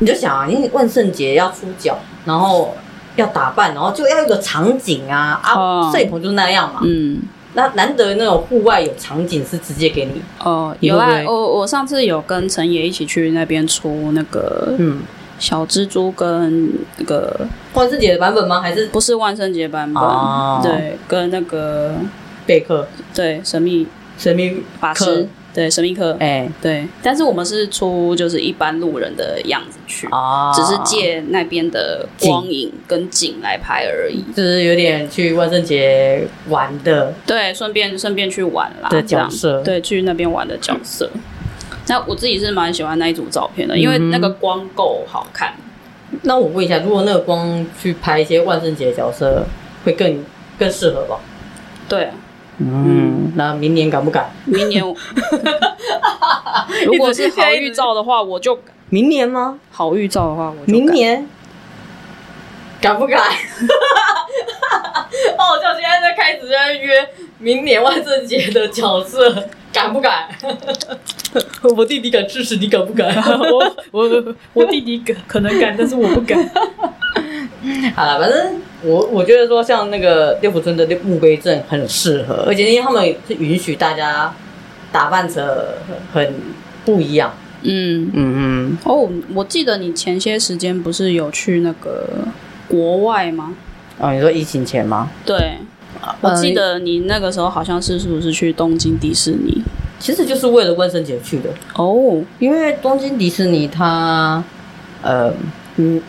Speaker 2: 你就想啊，因为万圣节要出脚，然后要打扮，然后就要有个场景啊啊，
Speaker 1: 哦
Speaker 2: 摄、影棚就那样嘛，
Speaker 1: 嗯。
Speaker 2: 那难得那种户外有场景是直接给你，
Speaker 1: 哦，
Speaker 2: 你
Speaker 1: 有
Speaker 2: 会不
Speaker 1: 啊
Speaker 2: 会，
Speaker 1: 我我上次有跟陈爷一起去那边出那个
Speaker 2: 嗯，
Speaker 1: 小蜘蛛跟那个
Speaker 2: 万圣节的版本吗？还是
Speaker 1: 不是万圣节版本，
Speaker 2: 哦
Speaker 1: 对，跟那个
Speaker 2: 备课
Speaker 1: 对神秘
Speaker 2: 神秘
Speaker 1: 法
Speaker 2: 课
Speaker 1: 师，对神秘客，
Speaker 2: 哎、
Speaker 1: 对，但是我们是出就是一般路人的样子去，
Speaker 2: 啊
Speaker 1: 只是借那边的光影跟景来拍而已。
Speaker 2: 就是有点去万圣节玩的，
Speaker 1: 对，顺便顺便去玩啦
Speaker 2: 的
Speaker 1: 这样
Speaker 2: 角色
Speaker 1: 对，去那边玩的角色。那我自己是蛮喜欢那一组照片的，因为
Speaker 2: 嗯哼
Speaker 1: 那个光够好看。
Speaker 2: 那我问一下，如果那个光去拍一些万圣节角色，会更更适合吧？
Speaker 1: 对啊，
Speaker 2: 嗯，那明年敢不敢？
Speaker 1: 明 年我如果是好预兆的话，我就
Speaker 2: 明年吗？
Speaker 1: 好预兆的话，我就
Speaker 2: 明
Speaker 1: 敢
Speaker 2: 年敢不敢？ 哦，像现在在开始在约明年万圣节的角色，敢不敢？ 我弟弟敢支持你，敢不敢？
Speaker 1: 我 我我弟弟可可能敢，但是我不敢。
Speaker 2: 好了，反正我我觉得说像那个六福村的六墓碑镇很适合，而且因为他们是允许大家打扮成很不一样。
Speaker 1: 嗯，
Speaker 2: 嗯嗯，
Speaker 1: 哦，我记得你前些时间不是有去那个国外吗？
Speaker 2: 哦，你说疫情前吗？
Speaker 1: 对，
Speaker 2: 呃
Speaker 1: 我记得你那个时候好像是是不是去东京迪士尼？
Speaker 2: 其实就是为了万圣节去的，
Speaker 1: 哦，
Speaker 2: 因为东京迪士尼它，呃，嗯，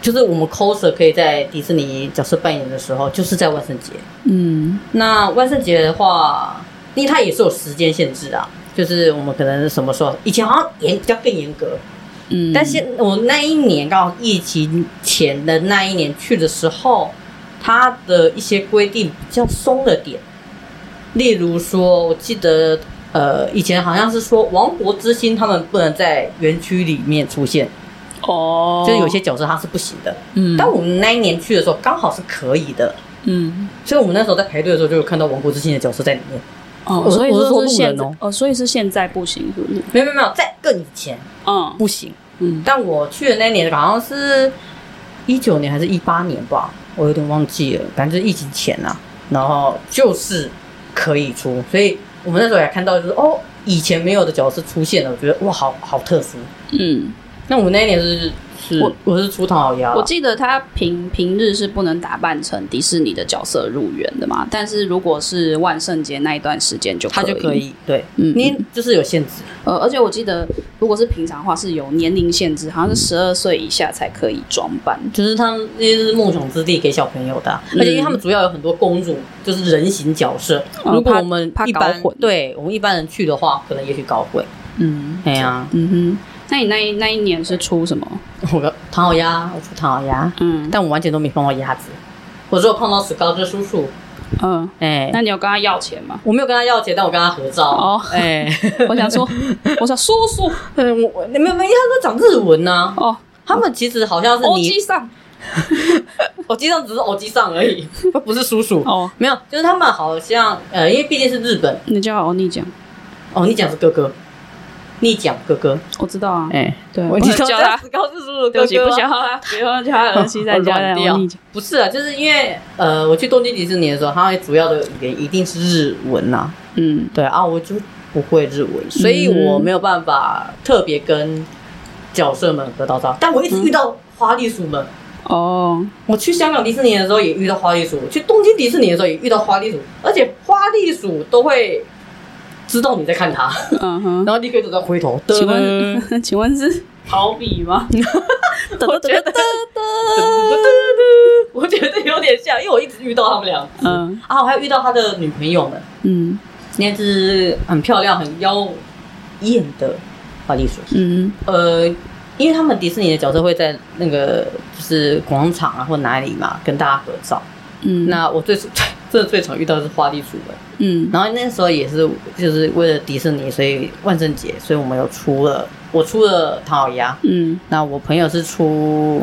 Speaker 2: 就是我们 coser 可以在迪士尼角色扮演的时候，就是在万圣节。
Speaker 1: 嗯
Speaker 2: 那万圣节的话，因为它也是有时间限制啊，就是我们可能什么时候，以前好像严比较更严格，
Speaker 1: 嗯，
Speaker 2: 但现我那一年刚好疫情前的那一年去的时候，它的一些规定比较松了点，例如说，我记得呃，以前好像是说王国之星他们不能在园区里面出现，
Speaker 1: 哦，
Speaker 2: 就是有些角色它是不行的。
Speaker 1: 嗯，
Speaker 2: 但我们那一年去的时候刚好是可以的，
Speaker 1: 嗯
Speaker 2: 所以我们那时候在排队的时候就有看到王国之星的角色在里面。
Speaker 1: 哦，
Speaker 2: 我
Speaker 1: 所以
Speaker 2: 我是说
Speaker 1: 说
Speaker 2: 路
Speaker 1: 是现
Speaker 2: 人哦
Speaker 1: 哦，所以是现在不行，是不是？
Speaker 2: 没有没有没有，在更以前
Speaker 1: 嗯
Speaker 2: 不行。
Speaker 1: 嗯
Speaker 2: 但我去的那一年好像是一九年还是一八年吧，我有点忘记了，反正就是疫情前啊，然后就是可以出，所以我们那时候也看到就是哦，以前没有的角色出现了，我觉得哇，好好特殊。
Speaker 1: 嗯，
Speaker 2: 那我们那一年是是
Speaker 1: 我
Speaker 2: 我我是出唐老鸭啦，
Speaker 1: 我记得他平平日是不能打扮成迪士尼的角色入园的嘛，但是如果是万圣节那一段时间就
Speaker 2: 他就可，以对，
Speaker 1: 嗯，
Speaker 2: 你就是有限制，
Speaker 1: 呃，而且我记得如果是平常的话是有年龄限制，好像是十二岁以下才可以装扮。
Speaker 2: 就是他们这些是梦想之地给小朋友的啊、
Speaker 1: 嗯
Speaker 2: 而且因为他们主要有很多公主，就是人形角色，
Speaker 1: 哦
Speaker 2: 如果
Speaker 1: 怕
Speaker 2: 我们
Speaker 1: 怕
Speaker 2: 一
Speaker 1: 搞
Speaker 2: 般
Speaker 1: 混
Speaker 2: 对我们一般人去的话，可能也许搞混，
Speaker 1: 嗯
Speaker 2: 哎呀、
Speaker 1: 嗯哼，那你那一那一年是出什么？
Speaker 2: 我个唐老鸭，我出唐老鸭，
Speaker 1: 嗯，
Speaker 2: 但我完全都没碰到鸭子，我只有碰到史高治叔叔，
Speaker 1: 嗯，
Speaker 2: 哎、
Speaker 1: 那你有跟他要钱吗？
Speaker 2: 我没有跟他要钱，但我跟他合照。
Speaker 1: 哦
Speaker 2: 哎、
Speaker 1: 我想说，我想叔叔
Speaker 2: 呃我我没有没有，他们都讲日文呐、
Speaker 1: 哦，
Speaker 2: 他们其实好像是
Speaker 1: 欧
Speaker 2: 你
Speaker 1: 基上
Speaker 2: 我机上只是我机上而已，不是叔叔。
Speaker 1: 哦，
Speaker 2: 没有，就是他们好像呃，因为毕竟是日本
Speaker 1: 你叫欧尼讲，
Speaker 2: 哦，你讲是哥哥，你讲哥哥，
Speaker 1: 我知道啊，
Speaker 2: 哎、
Speaker 1: 对，不
Speaker 2: 我
Speaker 1: 能
Speaker 2: 知道
Speaker 1: 叫
Speaker 2: 这
Speaker 1: 他
Speaker 2: 样，子告诉叔叔
Speaker 1: 对
Speaker 2: 哥
Speaker 1: 不起，
Speaker 2: 哥
Speaker 1: 不
Speaker 2: 啊
Speaker 1: 叫他，不要叫他儿媳 在家
Speaker 2: 乱
Speaker 1: 在
Speaker 2: 掉
Speaker 1: 欧尼讲，
Speaker 2: 不是啊，就是因为呃，我去东京迪士尼的时候，它主要的语言一定是日文呐、
Speaker 1: 嗯，
Speaker 2: 对啊，我就不会日文，所以我没有办法特别跟角色们合到照。但我一直遇到花栗鼠们，
Speaker 1: 哦，
Speaker 2: 我去香港迪士尼的时候也遇到花栗鼠，去东京迪士尼的时候也遇到花栗鼠，而且花栗鼠都会知道你在看它，
Speaker 1: 嗯 哼，
Speaker 2: 然后立刻就在回头。
Speaker 1: 请 问请问是逃避吗？我觉 得，
Speaker 2: 我觉得有点像，因为我一直遇到他们俩。
Speaker 1: 嗯
Speaker 2: 啊，我还有遇到他的女朋友们，
Speaker 1: 嗯
Speaker 2: 那只很漂亮、很妖艳的花栗鼠。
Speaker 1: 嗯
Speaker 2: 呃，因为他们迪士尼的角色会在那个就是广场啊或哪里嘛跟大家合照。
Speaker 1: 嗯，
Speaker 2: 那我最 真的最常遇到的是花栗鼠们。
Speaker 1: 嗯
Speaker 2: 然后那时候也是就是为了迪士尼，所以万圣节，所以我们有出了我出了唐老鸭，
Speaker 1: 嗯
Speaker 2: 那我朋友是出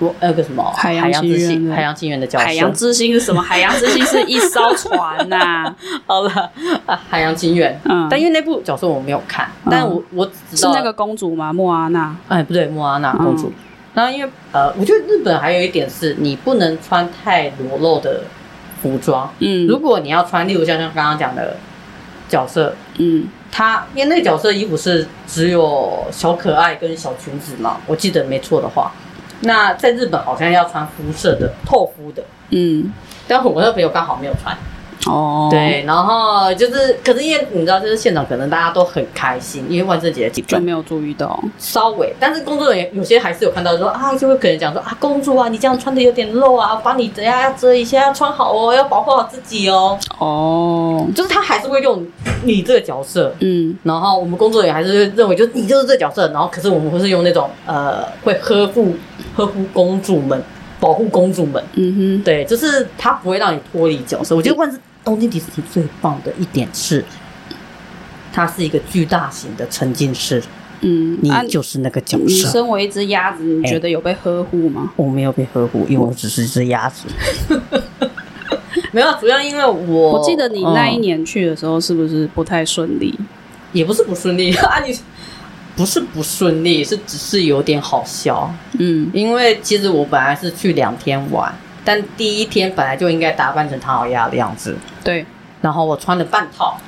Speaker 2: 我那个什么
Speaker 1: 海洋
Speaker 2: 之
Speaker 1: 奇缘
Speaker 2: 心
Speaker 1: 的
Speaker 2: 海洋奇缘的角色。
Speaker 1: 海洋之心是什么？海洋之心是一艘船呐，
Speaker 2: 好了啊，海洋情缘。
Speaker 1: 嗯，
Speaker 2: 但因为那部角色我没有看，
Speaker 1: 嗯
Speaker 2: 但我我只知
Speaker 1: 是
Speaker 2: 道
Speaker 1: 那个公主吗？莫阿娜？
Speaker 2: 哎不对，莫阿娜公主
Speaker 1: 嗯。
Speaker 2: 然后因为呃，我觉得日本还有一点是你不能穿太裸露的服装。
Speaker 1: 嗯，
Speaker 2: 如果你要穿，例如像像刚刚讲的角色，
Speaker 1: 嗯
Speaker 2: 他因为那个角色衣服是只有小可爱跟小裙子嘛，我记得没错的话，那在日本好像要穿肤色的透肤的，
Speaker 1: 嗯
Speaker 2: 但我那朋友刚好没有穿。
Speaker 1: 哦，，
Speaker 2: 对，然后就是，可是因为你知道，就是现场可能大家都很开心，因为万圣节的气
Speaker 1: 就
Speaker 2: 氛
Speaker 1: 没有注意哦到，
Speaker 2: 稍微，但是工作人员有些还是有看到说啊，就会可能讲说啊，公主啊，你这样穿的有点露啊，把你等下要遮一下，要穿好哦，要保护好自己哦，
Speaker 1: 哦，
Speaker 2: 就是他还是会用你这个角色。
Speaker 1: 嗯
Speaker 2: 然后我们工作人员还是会认为，就是你就是这个角色。然后，可是我们会是用那种呃，会呵护呵护公主们，保护公主们。
Speaker 1: 嗯
Speaker 2: 对，就是它不会让你脱离角色。我觉得万是东京迪士尼最棒的一点是，它是一个巨大型的沉浸式，
Speaker 1: 哼，嗯，
Speaker 2: 你
Speaker 1: 啊
Speaker 2: 就是那个角
Speaker 1: 你
Speaker 2: 色。
Speaker 1: 身为一只鸭子，你觉得有被呵护吗？
Speaker 2: 我没有被呵护，因为我只是一只鸭子。 没有，主要因为我
Speaker 1: 我记得你那一
Speaker 2: 嗯
Speaker 1: 年去的时候，是不是不太顺利？
Speaker 2: 也不是不顺利 啊，你不是不顺利，是只是有点好笑。
Speaker 1: 嗯
Speaker 2: 因为其实我本来是去两天玩，但第一天本来就应该打扮成唐老鸭的样子，，
Speaker 1: 对，
Speaker 2: 然后我穿了半套，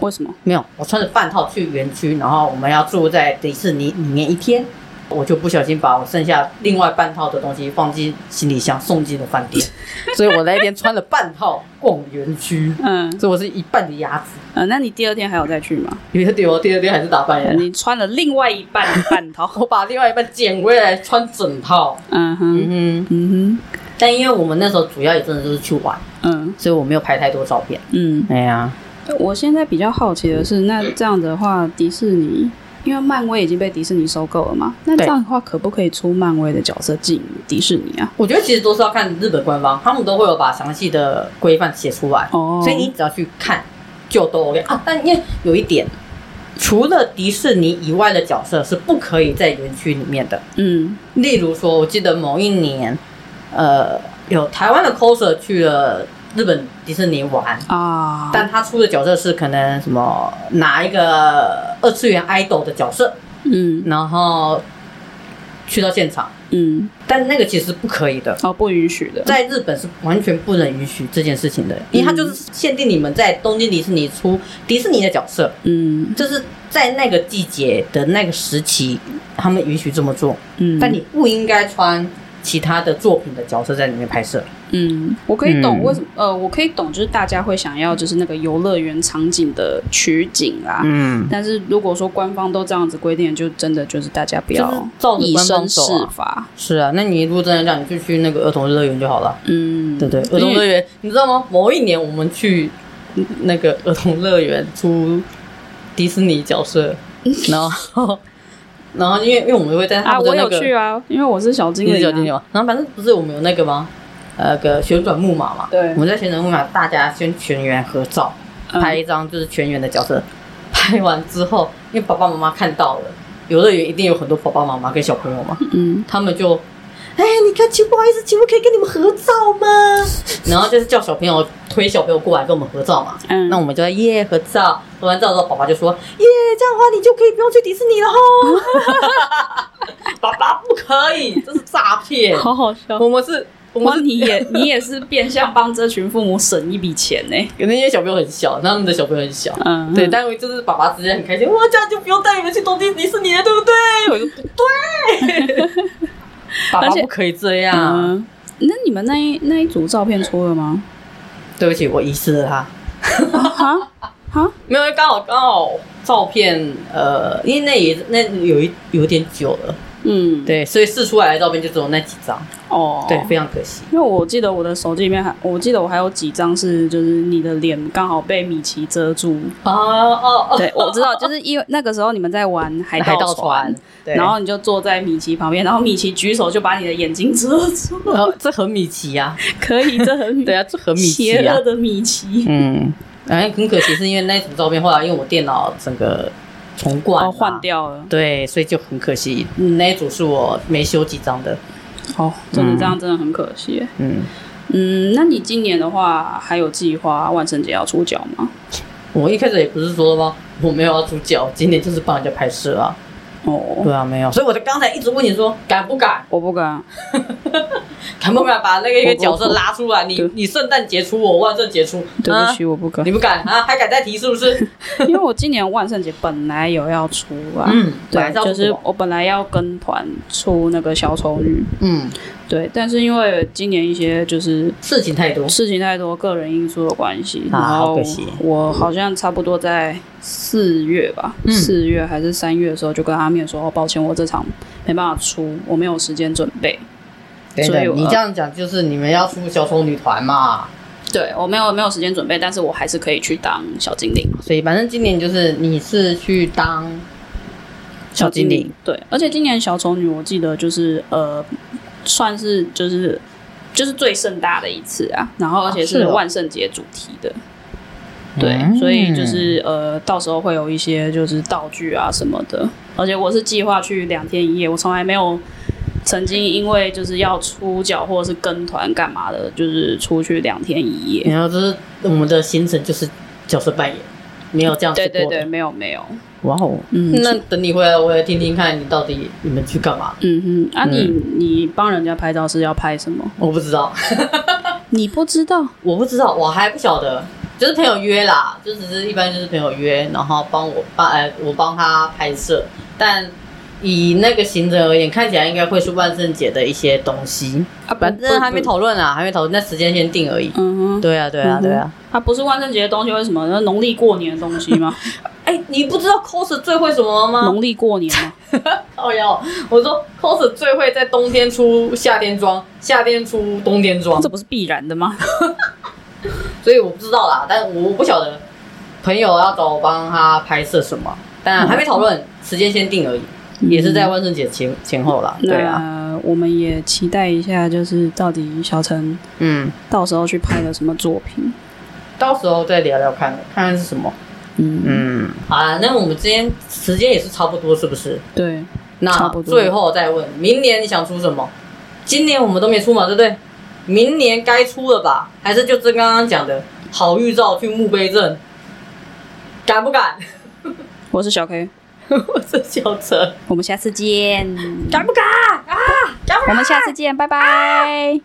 Speaker 1: 为什么？
Speaker 2: 没有，我穿着半套去园区，然后我们要住在迪士尼里面一天，我就不小心把我剩下另外半套的东西放进行李箱，送进了饭店， 所以我那一天穿了半套逛园区，
Speaker 1: 嗯
Speaker 2: 所以我是一半的鸭子，
Speaker 1: 呃，那你第二天还有再去吗？
Speaker 2: 因为我第二天还是打扮人，。
Speaker 1: 你穿了另外一半的半套
Speaker 2: 我把另外一半捡回来穿整套，
Speaker 1: 嗯哼，
Speaker 2: 嗯
Speaker 1: 嗯
Speaker 2: 哼，但因为我们那时候主要也真的就是去玩，
Speaker 1: 哼，嗯
Speaker 2: 所以我没有拍太多照片。
Speaker 1: 嗯。
Speaker 2: 哎呀，
Speaker 1: 我现在比较好奇的是，那这样子的话，迪士尼。因为漫威已经被迪士尼收购了嘛，那这
Speaker 2: 对
Speaker 1: 样的话，可不可以出漫威的角色进迪士尼啊？
Speaker 2: 我觉得其实都是要看日本官方，他们都会有把详细的规范写出来。
Speaker 1: 哦，
Speaker 2: 所以你只要去看就都 OK 啊。但因为有一点，除了迪士尼以外的角色是不可以在园区里面的。
Speaker 1: 嗯
Speaker 2: 例如说，我记得某一年，呃，有台湾的 coser 去了日本迪士尼玩，
Speaker 1: 啊，
Speaker 2: 但他出的角色是可能什么拿一个二次元 idol 的角色，
Speaker 1: 嗯
Speaker 2: 然后去到现场，
Speaker 1: 嗯，
Speaker 2: 但那个其实是不可以的。
Speaker 1: 哦，不允许的，
Speaker 2: 在日本是完全不能允许这件事情的，因为它就是限定你们在东京迪士尼出迪士尼的角色，
Speaker 1: 嗯
Speaker 2: 就是在那个季节的那个时期，他们允许这么做，
Speaker 1: 嗯，
Speaker 2: 但你不应该穿其他的作品的角色在里面拍摄。
Speaker 1: 嗯，我可以懂
Speaker 2: 嗯
Speaker 1: 为什么、呃，我可以懂，就是大家会想要就是那个游乐园场景的取景啦。
Speaker 2: 嗯，
Speaker 1: 但是如果说官方都这样子规定，就真的就是大家不
Speaker 2: 就是
Speaker 1: 要
Speaker 2: 照着
Speaker 1: 以
Speaker 2: 官
Speaker 1: 身
Speaker 2: 方走
Speaker 1: 试
Speaker 2: 啊
Speaker 1: 法。
Speaker 2: 是啊，那你如果真的这样，你就去那个儿童乐园就好了。
Speaker 1: 嗯，
Speaker 2: 对对，
Speaker 1: 因
Speaker 2: 儿童乐
Speaker 1: 为
Speaker 2: 园，你知道吗？某一年我们去那个儿童乐园出迪士尼角色，然后 然后 因为因为我们会在他
Speaker 1: 啊，
Speaker 2: 们的
Speaker 1: 我
Speaker 2: 那
Speaker 1: 有
Speaker 2: 个。
Speaker 1: 去啊，因为我是小精
Speaker 2: 你是
Speaker 1: 灵、
Speaker 2: 小
Speaker 1: 啊。
Speaker 2: 金牛，然后反正不是我们有那个吗？呃个旋转木马嘛，
Speaker 1: 对
Speaker 2: 我们在旋转木马大家先全员合照，
Speaker 1: 嗯
Speaker 2: 拍一张就是全员的角色。拍完之后，因为爸爸妈妈看到了，游乐园一定有很多爸爸妈妈跟小朋友 嘛，
Speaker 1: 嗯，
Speaker 2: 他们就，哎，你看，请不好意思，请问可以跟你们合照吗？然后就是叫小朋友推小朋友过来跟我们合照嘛。
Speaker 1: 嗯
Speaker 2: 那我们就在耶合照，合完照之后，爸爸就说耶，这样的话你就可以不用去迪士尼了哦吼。 爸爸不可以，这是诈骗。
Speaker 1: 好好笑。
Speaker 2: 我们是，我们
Speaker 1: 哇，
Speaker 2: 是
Speaker 1: 你也 你也是变相帮这群父母省一笔钱呢、
Speaker 2: 有那些小朋友很小，他们的小朋友很小。
Speaker 1: 嗯，
Speaker 2: 对，但就是爸爸直接很开心，哇，这样就不用带你们去东京迪士尼了，对不对？我就 不对，爸爸
Speaker 1: 而且
Speaker 2: 不可以这样。
Speaker 1: 嗯，那你们那一那一组照片出了 吗？
Speaker 2: 对不起，我遗失了它。
Speaker 1: 啊啊，
Speaker 2: 没有，因为刚好刚好照片，呃，因为那也那有一有点久了，
Speaker 1: 嗯，
Speaker 2: 对，所以试出来的照片就只有那几张，
Speaker 1: 哦，
Speaker 2: 对，非常可惜。
Speaker 1: 因为我记得我的手机里面还，我记得我还有几张是，就是你的脸刚好被米奇遮住。
Speaker 2: 哦哦哦，
Speaker 1: 对，我知道，就是因为那个时候你们在玩海
Speaker 2: 海
Speaker 1: 盗
Speaker 2: 盗船，对，
Speaker 1: 然后你就坐在米奇旁边，然后米奇举手就把你的眼睛遮住。
Speaker 2: 然后呃这很米奇 呀、
Speaker 1: 可以，这 很
Speaker 2: 对啊，这很米奇
Speaker 1: 邪
Speaker 2: 呀、
Speaker 1: 恶的米奇。
Speaker 2: 嗯，哎，很可惜是因为那组照片后来用我电脑整个重灌、啊
Speaker 1: 哦，换，掉了
Speaker 2: 对，所以就很可惜，嗯那一组是我没修几张的，
Speaker 1: 哦，真的这样真的很可惜耶。
Speaker 2: 嗯，
Speaker 1: 嗯，那你今年的话还有计划万圣节要出脚吗？
Speaker 2: 我一开始也不是说吗，我没有要主角，今天就是帮人家拍摄啊，
Speaker 1: 哦，
Speaker 2: 对啊，没有，所以我就刚才一直问你说敢不敢，
Speaker 1: 我不
Speaker 2: 啊
Speaker 1: 敢，
Speaker 2: 敢不敢把那个一个
Speaker 1: 我不
Speaker 2: 角色拉出来？你
Speaker 1: 对
Speaker 2: 你圣诞节出我，万圣节出，
Speaker 1: 对不起，我不
Speaker 2: 啊，
Speaker 1: 敢
Speaker 2: 你，不敢啊？还敢再提是不是？
Speaker 1: 因为我今年万圣节本来有要出啊。
Speaker 2: 嗯，本
Speaker 1: 对，
Speaker 2: 来是要出
Speaker 1: 就是我本来要跟团出那个小丑女，
Speaker 2: 嗯，
Speaker 1: 对，但是因为今年一些就是
Speaker 2: 事情太多，
Speaker 1: 事情太多，个人因素的关系，
Speaker 2: 啊
Speaker 1: 然
Speaker 2: 好
Speaker 1: 后
Speaker 2: 可惜
Speaker 1: 我好像差不多在四月吧，
Speaker 2: 嗯
Speaker 1: 四、月还是三月的时候就跟阿面说，哦，抱歉，我这场没办法出，我没有时间准备，
Speaker 2: 对
Speaker 1: 所以
Speaker 2: 的，
Speaker 1: 我
Speaker 2: 你这样讲就是你们要出小丑女团嘛，
Speaker 1: 对我没有没有时间准备，但是我还是可以去当小精灵，
Speaker 2: 所以反正今年就是你是去当小精灵，，
Speaker 1: 对，而且今年小丑女我记得就是呃，算是就是。就是最盛大的一次啊，然后而且
Speaker 2: 是
Speaker 1: 是
Speaker 2: 哦
Speaker 1: 万圣节主题的，对，
Speaker 2: 嗯
Speaker 1: 所以就是呃，到时候会有一些就是道具啊什么的，而且我是计划去两天一夜，我从来没有曾经因为就是要出脚或者是跟团干嘛的，就是出去两天一夜。
Speaker 2: 然后就是我们的行程就是角色扮演，没有这样子
Speaker 1: 对
Speaker 2: 过
Speaker 1: 对对，，
Speaker 2: 的
Speaker 1: 没有没有，
Speaker 2: 哇哦，
Speaker 1: 嗯
Speaker 2: 那等你回来我也听听看你到底你们去干嘛，
Speaker 1: 嗯哼，啊你你帮人家拍照是要拍什么？
Speaker 2: 我不知道。
Speaker 1: 你不知道
Speaker 2: 我不知道，我还不晓得，就是朋友约啦，就只是一般就是朋友约，然后帮我帮呃我帮他拍摄，但以那个行程而言，看起来应该会是万圣节的一些东西，
Speaker 1: 啊？
Speaker 2: 反
Speaker 1: 不
Speaker 2: 正还没。
Speaker 1: 不
Speaker 2: 讨论啊，还没讨论，那时间先定而已。
Speaker 1: 嗯哼，
Speaker 2: 对啊，对啊，对啊。
Speaker 1: 啊不是万圣节的东西，为什么？那农历过年的东西 吗？
Speaker 2: 哎、你不知道 cos 最会什么吗？
Speaker 1: 农历过年吗？
Speaker 2: 哦哟，我说 cos 最会在冬天出夏天装，夏天出冬天装
Speaker 1: 这，不是必然的吗？
Speaker 2: 所以我不知道啦，但我不晓得朋友要找我帮他拍摄什么，但还没讨论，时间先定而已，
Speaker 1: 嗯
Speaker 2: 也是在万圣节前前后啦。对啊，
Speaker 1: 那我们也期待一下，就是到底小陈
Speaker 2: 嗯，
Speaker 1: 到时候去拍了什么作品。
Speaker 2: 到时候再聊聊看，看看是什么。
Speaker 1: 嗯，
Speaker 2: 嗯，好啦，那我们今天时间也是差不多，是不是？
Speaker 1: 对，差
Speaker 2: 那
Speaker 1: 不多
Speaker 2: 最后再问，明年你想出什么？今年我们都没出嘛，对不对？明年该出了吧？还是就这刚刚讲的好预兆去墓碑镇，敢不敢？
Speaker 1: 我是小 K，
Speaker 2: 我是小陈，
Speaker 1: 我们下 次见，
Speaker 2: 敢不敢？
Speaker 1: 我们下次见，拜拜。